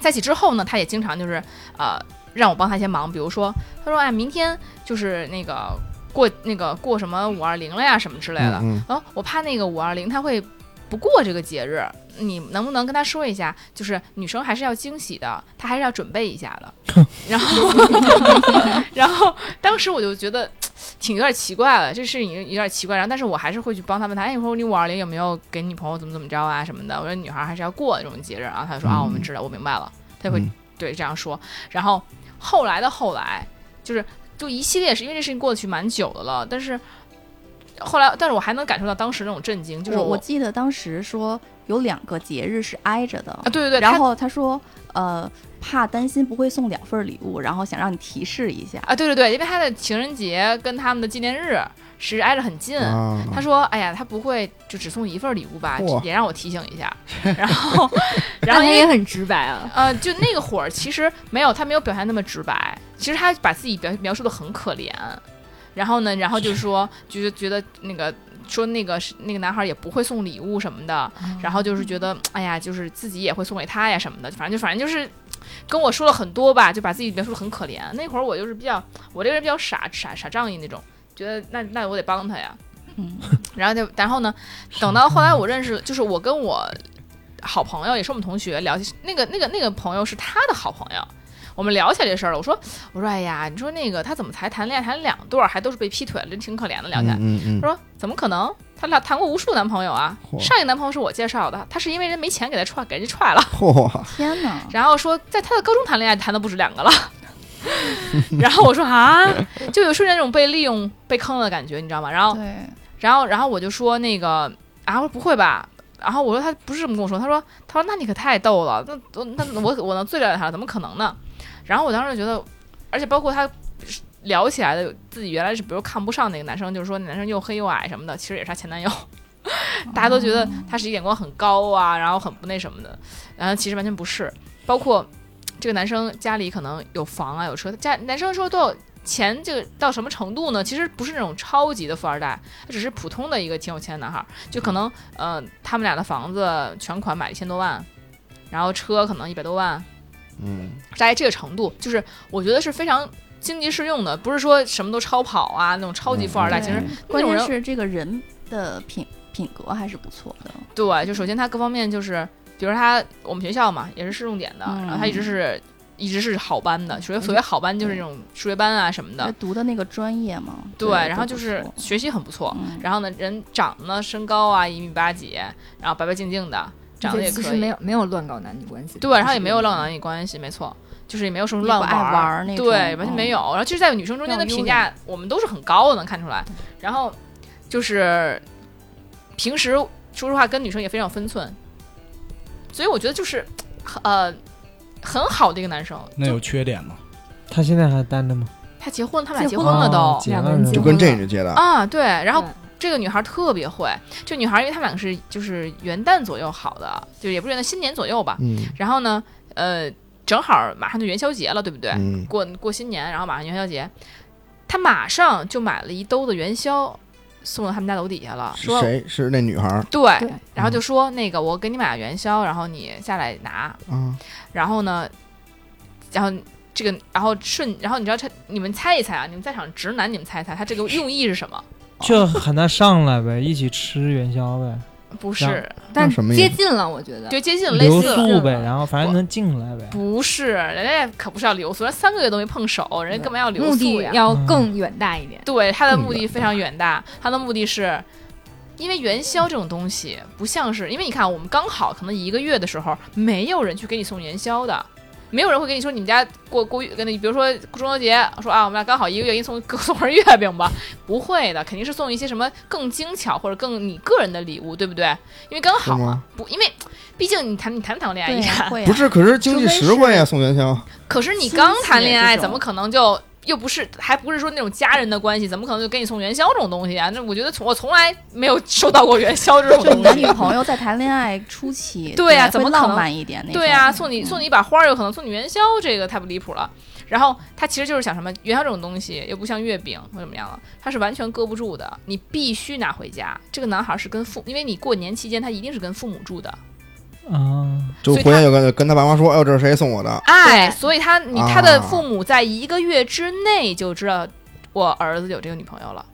Speaker 2: 在一起之后呢，他也经常就是呃让我帮他一些忙，比如说他说哎明天就是那个过那个过什么五二零了呀什么之类的，
Speaker 4: 嗯嗯
Speaker 2: 哦，我怕那个五二零他会不过这个节日，你能不能跟他说一下？就是女生还是要惊喜的，她还是要准备一下的。 然后， 然后当时我就觉得挺有点奇怪了，这事情有有点奇怪。然后，但是我还是会去帮他问他，哎，我说你五二零有没有给女朋友怎么怎么着啊什么的？我说女孩还是要过这种节日啊。他就说啊，我们知道，我明白了。他就会
Speaker 4: 嗯
Speaker 2: 对这样说。然后后来的后来，就是就一系列是因为这事情过去蛮久的了，但是后来，但是我还能感受到当时那种震惊，就是
Speaker 6: 我我记得当时说有两个节日是挨着的，
Speaker 2: 啊，对对对，
Speaker 6: 然
Speaker 2: 他
Speaker 6: 后他说呃怕担心不会送两份礼物，然后想让你提示一下。
Speaker 2: 啊，对对对，因为他的情人节跟他们的纪念日是挨着很近。
Speaker 4: 啊，
Speaker 2: 嗯他说：“哎呀，他不会就只送一份礼物吧
Speaker 4: 哇？
Speaker 2: 也让我提醒一下。”然 后，然
Speaker 5: 但
Speaker 2: 后
Speaker 5: 他
Speaker 2: 因
Speaker 5: 也
Speaker 2: 为
Speaker 5: 很直白啊，
Speaker 2: 呃，就那个会儿其实没有他没有表现那么直白，其实他把自己表描述的很可怜。然后呢，然后就说，就是觉得那个说那个是那个男孩也不会送礼物什么的，嗯然后就是觉得，哎呀，就是自己也会送给他呀什么的，反正就反正就是跟我说了很多吧，就把自己描述的很可怜。那会儿我就是比较，我这个人比较傻傻傻仗义那种，觉得那那我得帮他呀。
Speaker 6: 嗯，
Speaker 2: 然后就然后呢，等到后来我认识，就是我跟我好朋友也是我们同学聊起，那个那个那个朋友是他的好朋友。我们聊起来这事儿了，我说我说哎呀，你说那个他怎么才谈恋爱谈两对儿，还都是被劈腿了，真挺可怜的。聊起来，
Speaker 4: 嗯嗯
Speaker 2: 他说怎么可能？他俩谈过无数男朋友啊，
Speaker 4: 嚯
Speaker 2: 上一个男朋友是我介绍的，他是因为人没钱给他踹，给人家踹了。
Speaker 4: 嗯， 哇，
Speaker 6: 天哪！
Speaker 2: 然后说在他的高中谈恋爱谈的不止两个了。 然后我说啊，就有瞬间那种被利用、被坑的感觉，你知道吗？然后，
Speaker 6: 对，
Speaker 2: 然后，然后我就说那个啊，不会吧？然后我说他不是这么跟我说，他说他说那你可太逗了，那那我我能最了解他了，怎么可能呢？然后我当时就觉得，而且包括他聊起来的，自己原来是比如看不上那个男生，就是说那男生又黑又矮什么的，其实也是她前男友。 大家都觉得他是眼光很高啊，然后很不那什么的，然后其实完全不是。包括这个男生家里可能有房啊，有车，家男生说都有钱，这个到什么程度呢？其实不是那种超级的富二代，他只是普通的一个挺有钱的男孩儿，就可能呃，他们俩的房子全款买一千多万，然后车可能一百多万，
Speaker 4: 嗯，
Speaker 2: 大概这个程度，就是我觉得是非常经济适用的，不是说什么都超跑啊那种超级富二代，
Speaker 6: 嗯
Speaker 2: 其实那
Speaker 6: 关
Speaker 2: 种
Speaker 6: 键
Speaker 2: 人
Speaker 6: 是这个人的品品格还是不错的。
Speaker 2: 对，就首先他各方面就是，比如说他我们学校嘛，也是市重点的，
Speaker 6: 嗯
Speaker 2: 然后他一直是一直是好班的，所谓所谓好班就是那种数学班啊什么
Speaker 6: 他
Speaker 2: 的，
Speaker 6: 读的那个专业嘛，
Speaker 2: 对，然后
Speaker 6: 都
Speaker 2: 就
Speaker 6: 不
Speaker 2: 是
Speaker 6: 错
Speaker 2: 学习很不错，
Speaker 6: 嗯，
Speaker 2: 然后呢人长得呢身高啊一米八几，然后白白净净的，长得也
Speaker 5: 其
Speaker 2: 可
Speaker 5: 实
Speaker 2: 以，
Speaker 5: 没有没有乱搞男女关系，
Speaker 2: 对，然后也没有乱男女关系，没错，就是也没有什么乱
Speaker 6: 也不爱
Speaker 2: 玩
Speaker 6: 玩儿那种
Speaker 2: 对，完全
Speaker 6: 嗯
Speaker 2: 没有。然后就是在女生中间的
Speaker 6: 比较
Speaker 2: 评
Speaker 6: 优嗯
Speaker 2: 价，我们都是很高的，能看出来。然后就是平时说实话，跟女生也非常有分寸，所以我觉得就是呃很好的一个男生。
Speaker 6: 嗯
Speaker 7: 那有缺点吗？
Speaker 8: 他现在还单着吗？
Speaker 2: 他结婚，他们俩
Speaker 5: 结
Speaker 2: 结
Speaker 5: 婚
Speaker 2: 婚了
Speaker 8: 哦
Speaker 2: 都
Speaker 8: 结
Speaker 5: 两个
Speaker 8: 了
Speaker 5: 人
Speaker 8: 是
Speaker 5: 结
Speaker 4: 就
Speaker 8: 吧
Speaker 5: 婚
Speaker 4: 跟这
Speaker 5: 了
Speaker 4: 你接的，
Speaker 2: 啊，对。然后
Speaker 6: 嗯
Speaker 5: 对
Speaker 2: 这个女孩特别会，这女孩因为他们两个是就是元旦左右好的，就也不是元旦新年左右吧。
Speaker 4: 嗯
Speaker 2: 然后呢，呃，正好马上就元宵节了，对不对？
Speaker 4: 嗯，
Speaker 2: 过过新年，然后马上元宵节，他马上就买了一兜子元宵送到他们家楼底下了，
Speaker 4: 是
Speaker 2: 说
Speaker 4: 谁嗯是那女孩儿
Speaker 2: 对
Speaker 5: 对
Speaker 2: 然后就说那个我给你买了元宵，然后你下来拿，
Speaker 4: 啊？
Speaker 2: 然后呢，然后这个，然后顺，然后你知道他，你们猜一猜啊，你们在场直男，你们猜一猜他这个用意是什 么？
Speaker 7: 啊
Speaker 8: 就喊他上来呗，一起吃元宵呗，
Speaker 2: 不是，
Speaker 5: 但
Speaker 4: 什么意
Speaker 5: 接
Speaker 4: 思
Speaker 5: 近了，我觉得。
Speaker 2: 就接近类
Speaker 8: 留
Speaker 2: 似了。
Speaker 8: 宿呗，然后反正能进来呗。
Speaker 2: 不是，人家可不是要留宿，人家三个月都没碰手，人家干嘛要留
Speaker 5: 目的
Speaker 2: 宿呀？
Speaker 5: 要
Speaker 4: 嗯
Speaker 5: 更远大一点。
Speaker 2: 对，他的目的非常远大，他的目的是。因为元宵这种东西不像是，因为你看我们刚好可能一个月的时候，没有人去给你送元宵的，没有人会跟你说你们家过过月，跟你比如说中秋节，说啊我们俩刚好一个月给你送送份月饼吧，不会的，肯定是送一些什么更精巧或者更你个人的礼物，对不对？因为刚
Speaker 4: 是
Speaker 2: 好
Speaker 4: 吗？
Speaker 2: 不，因为毕竟你谈你谈不谈过恋爱
Speaker 6: 对
Speaker 2: 哎呀？
Speaker 6: 呀，会啊
Speaker 4: 不是，可是经济
Speaker 6: 除非是
Speaker 4: 实惠呀，送元宵。
Speaker 2: 可是你
Speaker 6: 亲
Speaker 2: 刚
Speaker 6: 戚
Speaker 2: 谈恋
Speaker 6: 这
Speaker 2: 爱，
Speaker 6: 种
Speaker 2: 怎么可能就又不是还不是说那种家人的关系，怎么可能就给你送元宵这种东西啊？那我觉得从我从来没有 收到过元宵这种
Speaker 6: 就
Speaker 2: 东
Speaker 6: 男女
Speaker 2: 西。
Speaker 6: 朋友在谈恋爱初 期，
Speaker 2: 对呀
Speaker 6: 会
Speaker 2: 怎么可能
Speaker 6: 浪漫一点？那
Speaker 2: 对
Speaker 6: 呀、
Speaker 2: 啊，送你送你一把花儿有可能，送你元宵这个太不离谱了。然后他其实就是想什么，元宵这种东西又不像月饼或怎么样了，他是完全搁不住的，你必须拿回家。这个男孩是跟父，因为你过年期间他一定是跟父母住的，
Speaker 8: 啊，
Speaker 4: 就
Speaker 2: 所以
Speaker 4: 回
Speaker 2: 他
Speaker 4: 家就跟跟他爸妈说，哎呦，这是谁送我的？
Speaker 2: 哎，所以他你他的
Speaker 4: 啊
Speaker 2: 父母在一个月之内就知道我儿子有这个女朋友了。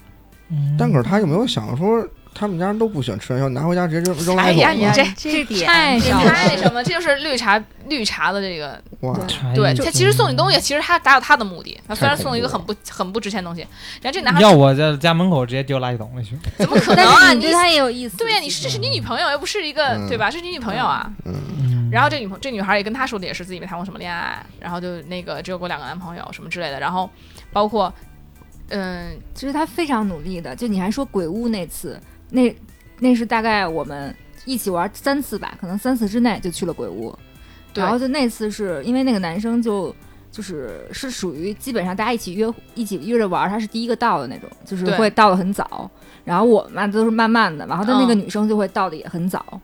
Speaker 8: 嗯
Speaker 4: 但可是他有没有想说，他们家人都不喜欢吃元宵，拿回家直接扔扔
Speaker 2: 哎
Speaker 4: 垃
Speaker 2: 呀你
Speaker 4: 圾桶
Speaker 2: 这啊
Speaker 6: 这点
Speaker 5: 太
Speaker 2: 这
Speaker 5: 少了
Speaker 2: 太什么？这就是绿茶绿茶的这个
Speaker 4: 哇，
Speaker 8: 茶
Speaker 2: 对
Speaker 8: 叶，
Speaker 2: 他
Speaker 8: 真
Speaker 2: 其实送你
Speaker 8: 的
Speaker 2: 东西，其实他达到他的目的。他虽然
Speaker 4: 哎太恐
Speaker 2: 送了一个
Speaker 4: 怖
Speaker 2: 很
Speaker 4: 了
Speaker 2: 不很不值钱的东西，然后这男孩
Speaker 8: 要我在家门口直接丢垃圾桶里去。
Speaker 2: 怎么可能啊？
Speaker 5: 但是你
Speaker 2: 你
Speaker 5: 对他也有意思。
Speaker 2: 对呀，你是这是你女朋友，又不是一个
Speaker 4: 嗯
Speaker 2: 对吧？是你女朋友啊。
Speaker 4: 嗯，
Speaker 8: 嗯
Speaker 2: 然后这女朋这女孩也跟他说的也是自己没谈过什么恋爱，然后就那个只有过两个男朋友什么之类的，然后包括嗯
Speaker 5: 其实他非常努力的。就你还说鬼屋那次，那那是大概我们一起玩三次吧，可能三次之内就去了鬼屋。
Speaker 2: 对
Speaker 5: 然后就那次是因为那个男生就就是是属于基本上大家一起约一起约着玩儿，他是第一个到的那种，就是
Speaker 2: 对
Speaker 5: 会到的很早。然后我们嘛都是慢慢的，然后但那个
Speaker 2: 嗯
Speaker 5: 女生就会到的也很早。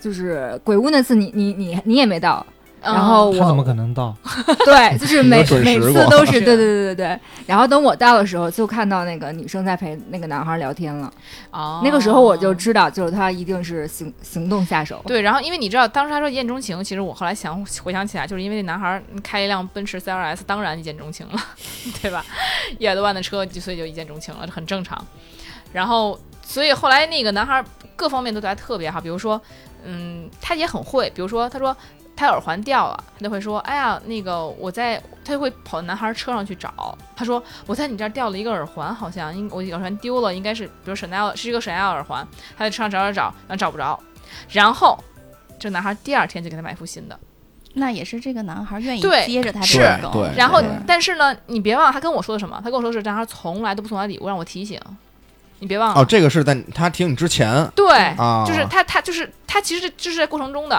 Speaker 5: 就是鬼屋那次你，你你你也没到，
Speaker 2: 嗯
Speaker 5: 然后
Speaker 8: 他怎么
Speaker 5: 我
Speaker 8: 可能到？
Speaker 5: 对，就是每
Speaker 4: 没准
Speaker 5: 每
Speaker 4: 时
Speaker 5: 次
Speaker 4: 过
Speaker 5: 都是
Speaker 2: 是
Speaker 5: 对对对对对。然后等我到的时候，就看到那个女生在陪那个男孩聊天了。
Speaker 2: 哦
Speaker 5: 那个时候我就知道，就是他一定是行行动下手。
Speaker 2: 对，然后因为你知道，当时他说一见钟情，其实我后来想回想起来，就是因为那男孩儿开一辆奔驰 3LS，当然一见钟情了， 对吧？一百多万的车，就所以就一见钟情了，这很正常。然后，所以后来那个男孩儿各方面都对他特别好，比如说，嗯，他也很会，比如说，他说他耳环掉了，他就会说，哎呀，那个我在，他就会跑到男孩儿车上去找，他说我在你这儿掉了一个耳环，好像应我耳环丢了，应该是比如 Chanel 是一个 Chanel 耳环，他在车上找找找，然后找不着，然后这男孩第二天就给他买一副新的。
Speaker 6: 那也是这个男孩愿意
Speaker 2: 对
Speaker 6: 接着他
Speaker 2: 是
Speaker 6: 这个梗，
Speaker 4: 对
Speaker 2: 然后
Speaker 4: 对，
Speaker 2: 但是呢，你别忘了他跟我说的什么？他跟我说是这男孩从来都不送他礼物，让我提醒。你别忘了，
Speaker 4: 哦，这个是在他听你之前
Speaker 2: 对，
Speaker 4: 啊，
Speaker 2: 就是他，他就是他，其实就是在过程中的。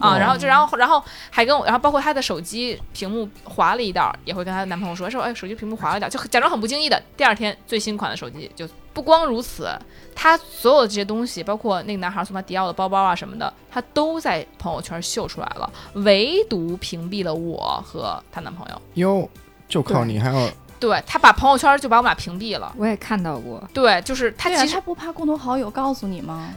Speaker 2: 啊，
Speaker 6: 哦
Speaker 2: 然后就然后然后还跟我，然后包括她的手机屏幕划了一道，也会跟她的男朋友说，说哎手机屏幕划了一道，就假装很不经意的。第二天最新款的手机就不光如此，她所有的这些东西，包括那个男孩送她迪奥的包包啊什么的，她都在朋友圈秀出来了，唯独屏蔽了我和她男朋友。
Speaker 4: 哟，就靠你还要
Speaker 2: 对她把朋友圈就把我们俩屏蔽了。
Speaker 5: 我也看到过，
Speaker 2: 对，就是她
Speaker 6: 对啊
Speaker 2: 其实
Speaker 6: 他，不怕共同好友告诉你吗？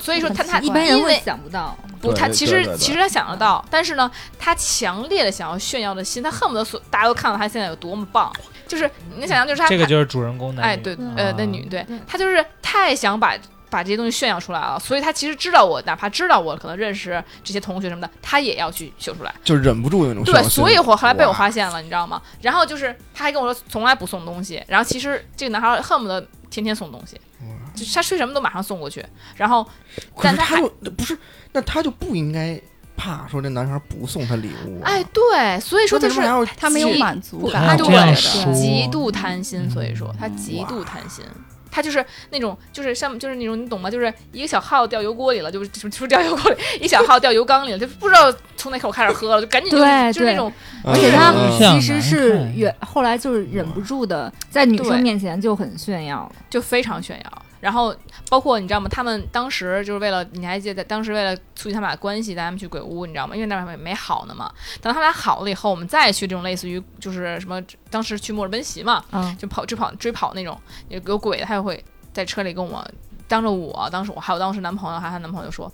Speaker 2: 所以说她她
Speaker 5: 一般人
Speaker 2: 因
Speaker 5: 会
Speaker 2: 为
Speaker 5: 想不到。
Speaker 2: 不，
Speaker 4: 对
Speaker 2: 他
Speaker 4: 对
Speaker 2: 其
Speaker 4: 对
Speaker 2: 实
Speaker 4: 对
Speaker 2: 其实他想得到，但是呢，他强烈的想要炫耀的心，他恨不得所大家都看到他现在有多么棒，就是你能想象，就是他
Speaker 8: 这个
Speaker 2: 把
Speaker 8: 就是主人公男
Speaker 2: 哎
Speaker 8: 女
Speaker 2: 对
Speaker 4: 嗯
Speaker 8: 啊
Speaker 2: 呃那女对
Speaker 5: 对
Speaker 2: 他就是太想把把这些东西炫耀出来了，所以他其实知道我哪怕知道我可能认识这些同学什么的，他也要去秀出来。
Speaker 4: 就忍不住那种小
Speaker 2: 对，
Speaker 4: 心
Speaker 2: 所以我后来被我
Speaker 4: 哇
Speaker 2: 发现了，你知道吗？然后就是他还跟我说从来不送东西，然后其实这个男孩恨不得天天送东西，就是他睡什么都马上送过去，然后
Speaker 4: 可
Speaker 2: 但
Speaker 4: 是
Speaker 2: 他
Speaker 4: 他
Speaker 2: 还
Speaker 4: 就不是，那他就不应该怕说这男孩不送他礼物啊。
Speaker 2: 哎对，所以说
Speaker 4: 那
Speaker 2: 就
Speaker 4: 为什
Speaker 2: 是
Speaker 4: 么还要
Speaker 6: 他没有满足感，
Speaker 8: 他
Speaker 2: 对
Speaker 8: 哦这样
Speaker 6: 觉
Speaker 8: 说
Speaker 6: 得
Speaker 2: 极度贪心，
Speaker 8: 嗯
Speaker 2: 所以说他极度贪心。他就是那种，就是像，就是那种，你懂吗？就是一个小号掉油锅里了，就是就是就是掉油锅里，一小号掉油缸里了，就不知道从哪口开始喝了，就赶紧就
Speaker 5: 对
Speaker 2: 就是那
Speaker 5: 对
Speaker 2: 种
Speaker 4: 嗯
Speaker 5: 而且他
Speaker 4: 嗯
Speaker 8: 像
Speaker 5: 其实是
Speaker 8: 难看
Speaker 5: 远，后来就是忍不住的，在女
Speaker 2: 对
Speaker 5: 生面前就很炫耀。
Speaker 2: 就非常炫耀。然后包括你知道吗？他们当时就是为了，你还记得当时为了促进他们俩关系，带他们去鬼屋，你知道吗？因为那边没好呢嘛。等他们俩好了以后，我们再去这种类似于就是什么，当时去墨尔本席嘛，
Speaker 5: 嗯，
Speaker 2: 就跑追跑追跑那种有有鬼的，他也会在车里跟我当着我，当时我还有当时男朋友，还有她男朋友就说：“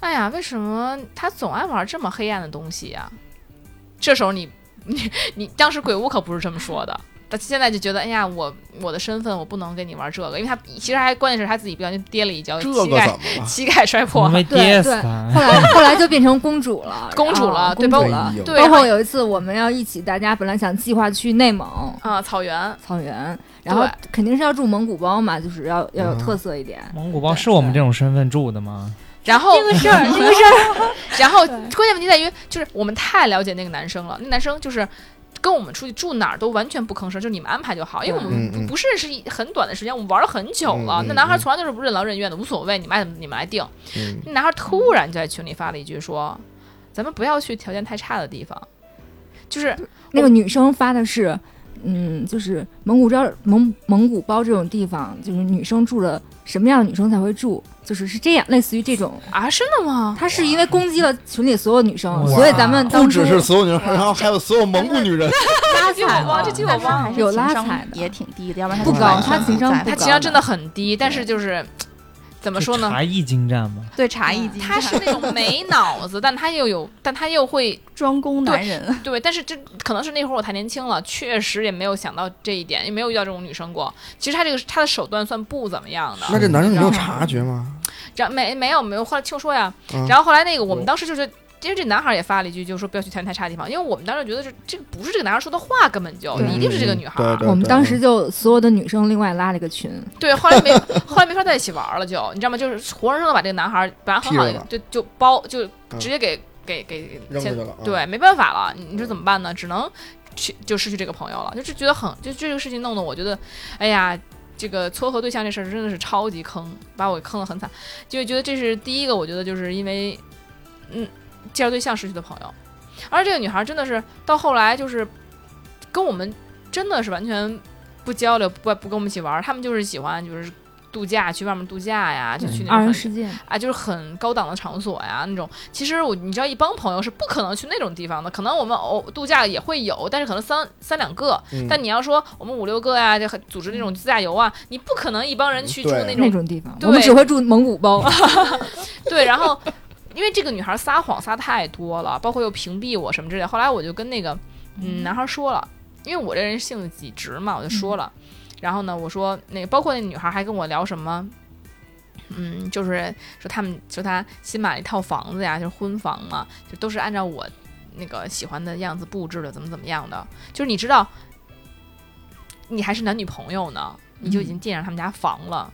Speaker 2: 哎呀，为什么他总爱玩这么黑暗的东西呀、这时候你你你当时鬼屋可不是这么说的。他现在就觉得，哎呀，我我的身份我不能跟你玩这个，因为他其实还关键是他自己不小心跌了一跤，
Speaker 4: 这个
Speaker 2: 膝
Speaker 4: 怎
Speaker 2: 盖
Speaker 4: 么了？
Speaker 2: 膝盖摔破
Speaker 8: 我
Speaker 2: 了。
Speaker 8: 没
Speaker 5: 对
Speaker 8: 跌死啊他。
Speaker 5: 对后来后来就变成公主了，
Speaker 2: 公主了
Speaker 5: 然后
Speaker 2: 对
Speaker 5: 公主
Speaker 4: 吧
Speaker 5: 了
Speaker 4: 哎呦。
Speaker 2: 对
Speaker 5: 包括
Speaker 2: 还
Speaker 5: 有一次我们要一起，大家本来想计划去内蒙
Speaker 2: 啊、草原，
Speaker 5: 草原，然后肯定是要住蒙古包嘛，就是要要有
Speaker 4: 嗯
Speaker 5: 特色一点。
Speaker 8: 蒙古包是我们这种身份住的吗？
Speaker 2: 然后
Speaker 5: 这个事 儿，这个事儿，
Speaker 2: 然后关键问题在于，就是我们太了解那个男生了，那男生就是。跟我们出去住哪儿都完全不吭声，就你们安排就好，因为我们
Speaker 4: 嗯
Speaker 2: 不
Speaker 4: 嗯
Speaker 2: 不是是一很短的时间，我们玩了很久了。
Speaker 4: 嗯嗯
Speaker 2: 那男孩
Speaker 4: 嗯
Speaker 2: 从来都是不任劳任怨的，无所谓，你们爱怎么你们来定。
Speaker 4: 嗯，
Speaker 2: 那男孩突然就在群里发了一句说：“咱们不要去条件太差的地方。”就是
Speaker 5: 那个女生发的是，嗯，就是蒙古包蒙蒙古包这种地方，就是女生住了什么样的女生才会住，就是是这样，类似于这种。
Speaker 2: 啊，真的吗？
Speaker 5: 她是因为攻击了群里所有女生，
Speaker 8: 哇
Speaker 5: 所以咱们
Speaker 4: 不
Speaker 5: 当初
Speaker 4: 只是所有女人，然后还有所有蒙古女人。
Speaker 5: 拉
Speaker 2: 这句 我
Speaker 5: 踩
Speaker 2: 忘，
Speaker 5: 了
Speaker 2: 这句我
Speaker 6: 但是
Speaker 2: 忘了。
Speaker 6: 还是
Speaker 5: 有
Speaker 6: 情
Speaker 5: 拉
Speaker 6: 商
Speaker 5: 踩的
Speaker 6: 也挺低的，要不然
Speaker 5: 不
Speaker 6: 怎么
Speaker 5: 高
Speaker 6: 晚
Speaker 5: 他
Speaker 6: 上
Speaker 5: 情商
Speaker 6: 在
Speaker 5: 不
Speaker 2: 他
Speaker 5: 高
Speaker 2: 情商真的很低，但是就是怎么
Speaker 8: 就
Speaker 2: 说呢？
Speaker 8: 茶艺精湛嘛，
Speaker 6: 对茶艺精湛，
Speaker 2: 他 是那种没脑子，但他又有，但他又会
Speaker 6: 专攻男人，
Speaker 2: 对，但是这可能是那会儿我太年轻了，确实也没有想到这一点，也没有遇到这种女生过。其实她这个他的手段算不怎么样的，
Speaker 4: 那这男生你有察觉吗？
Speaker 2: 然后没没有没有，后来听说呀，
Speaker 4: 嗯
Speaker 2: 然后后来那个我们当时就是。因为这男孩儿也发了一句，就是说不要去条件太差的地方，因为我们当时觉得这这个不是这个男孩儿说的话，根本就
Speaker 5: 对
Speaker 2: 一定是这个女孩儿
Speaker 4: 嗯对。对
Speaker 5: 我们
Speaker 4: 对
Speaker 5: 当时就所有的女生另外拉了一个群，
Speaker 2: 对，后来没后来没法在一起玩儿了就，你知道吗？就是活生生的把这个男孩儿本来很好的
Speaker 4: 踢了
Speaker 2: 就就包就
Speaker 4: 嗯
Speaker 2: 直接给、给给
Speaker 4: 扔
Speaker 2: 先
Speaker 4: 出去了。啊，
Speaker 2: 对，没办法了，你你说怎么办呢？只能去就失去这个朋友了，就是觉得很就这个事情弄得我觉得，哎呀，这个撮合对象这事儿真的是超级坑，把我坑得很惨，就觉得这是第一个，我觉得就是因为嗯介绍对象失去的朋友，而这个女孩真的是到后来就是跟我们真的是完全不交流，不不跟我们一起玩儿，他们就是喜欢就是。度假去外面度假呀，就去那种
Speaker 5: 嗯二人
Speaker 2: 很
Speaker 5: 世界。
Speaker 2: 啊，就是很高档的场所呀，那种。其实我你知道，一帮朋友是不可能去那种地方的，可能我们偶度假也会有，但是可能三三两个。
Speaker 4: 嗯
Speaker 2: 但你要说我们五六个呀，就很组织那种自驾游啊，你不可能一帮人去住
Speaker 4: 嗯对
Speaker 2: 那
Speaker 5: 那
Speaker 2: 种
Speaker 5: 种地方，
Speaker 2: 对
Speaker 5: 我们只会住蒙古包。
Speaker 2: 对，然后因为这个女孩撒谎撒太多了，包括又屏蔽我什么之类的。后来我就跟那个嗯男孩说了，因为我这人性子几直嘛，我就说了。然后呢，我说那个包括那女孩还跟我聊什么。嗯，就是说他们说他新买了一套房子呀，就是婚房嘛，就都是按照我那个喜欢的样子布置的，怎么怎么样的。就是你知道，你还是男女朋友呢，你就已经惦上他们家房了，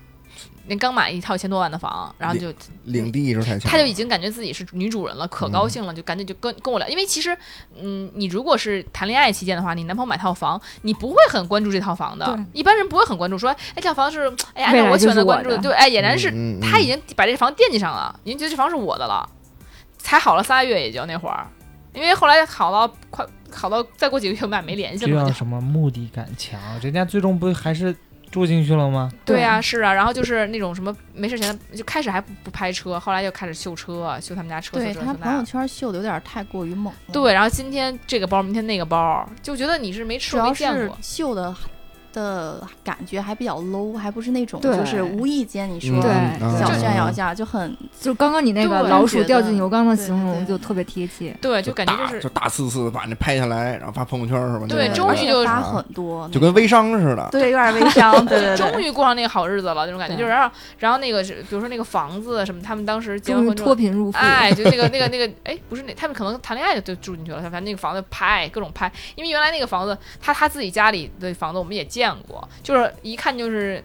Speaker 2: 那刚买一套一千多万的房，然后就
Speaker 4: 领地意识太强，
Speaker 2: 他就已经感觉自己是女主人了，可高兴了，就赶紧就跟跟我聊。因为其实，嗯，你如果是谈恋爱期间的话，你男朋友买套房，你不会很关注这套房的
Speaker 5: 对，
Speaker 2: 一般人不会很关注，说，哎，这套房是，哎呀，按
Speaker 5: 未
Speaker 2: 照
Speaker 5: 来
Speaker 2: 我
Speaker 5: 就
Speaker 2: 喜欢
Speaker 5: 是
Speaker 2: 的
Speaker 5: 我
Speaker 2: 关注的，
Speaker 5: 的
Speaker 2: 对，哎，俨然是
Speaker 4: 嗯嗯嗯
Speaker 2: 他已经把这房惦记上了，已经觉得这房是我的了，才好了仨月也就那会儿，因为后来好到快好到再过几个月我们俩没联系
Speaker 8: 就
Speaker 2: 了嘛，
Speaker 8: 要
Speaker 2: 就
Speaker 8: 什么目的感强，人家最终不还是住进去了吗？
Speaker 2: 对啊，是啊，然后就是那种什么没事闲的，就开始还不不拍车，后来又开始修车，啊修他们家车，
Speaker 6: 对
Speaker 2: 修这
Speaker 6: 他
Speaker 2: 修那
Speaker 6: 朋友圈秀的有点太过于猛了，，
Speaker 2: 对，然后今天这个包，明天那个包，就觉得你是没吃
Speaker 6: 主
Speaker 2: 过没
Speaker 6: 要
Speaker 2: 见
Speaker 6: 是
Speaker 2: 过。
Speaker 6: 秀的的感觉还比较 low，还不是那种
Speaker 5: 对
Speaker 6: 就是无意间你说
Speaker 4: 嗯
Speaker 5: 对
Speaker 4: 嗯
Speaker 6: 小
Speaker 4: 嗯
Speaker 6: 炫耀一下就很
Speaker 5: 就刚刚你那个
Speaker 2: 对
Speaker 5: 老鼠掉
Speaker 6: 对
Speaker 5: 进油缸的形容
Speaker 6: 对
Speaker 5: 就特别贴切。
Speaker 2: 对，就感觉就
Speaker 4: 大
Speaker 2: 是
Speaker 4: 嗯就大刺刺地把那拍下来，然后发朋友圈是吧？
Speaker 2: 对
Speaker 4: 那
Speaker 2: 终
Speaker 4: 种
Speaker 2: 于
Speaker 6: 而且
Speaker 2: 就是
Speaker 6: 发很多，
Speaker 4: 就跟微商似的。
Speaker 6: 对有点微商，对对对，
Speaker 2: 终于过上那个好日子了，那种感觉。
Speaker 5: 对
Speaker 2: 就是然后，然后那个是，比如说那个房子什么，他们当时结完
Speaker 5: 终于
Speaker 2: 婚之后
Speaker 5: 脱，贫入富，
Speaker 2: 哎，就那个那个那个，哎，不是那他们可能谈恋爱就住进去了，反正那个房子拍各种拍，因为原来那个房子，他他自己家里的房子我们也见过，就是一看就是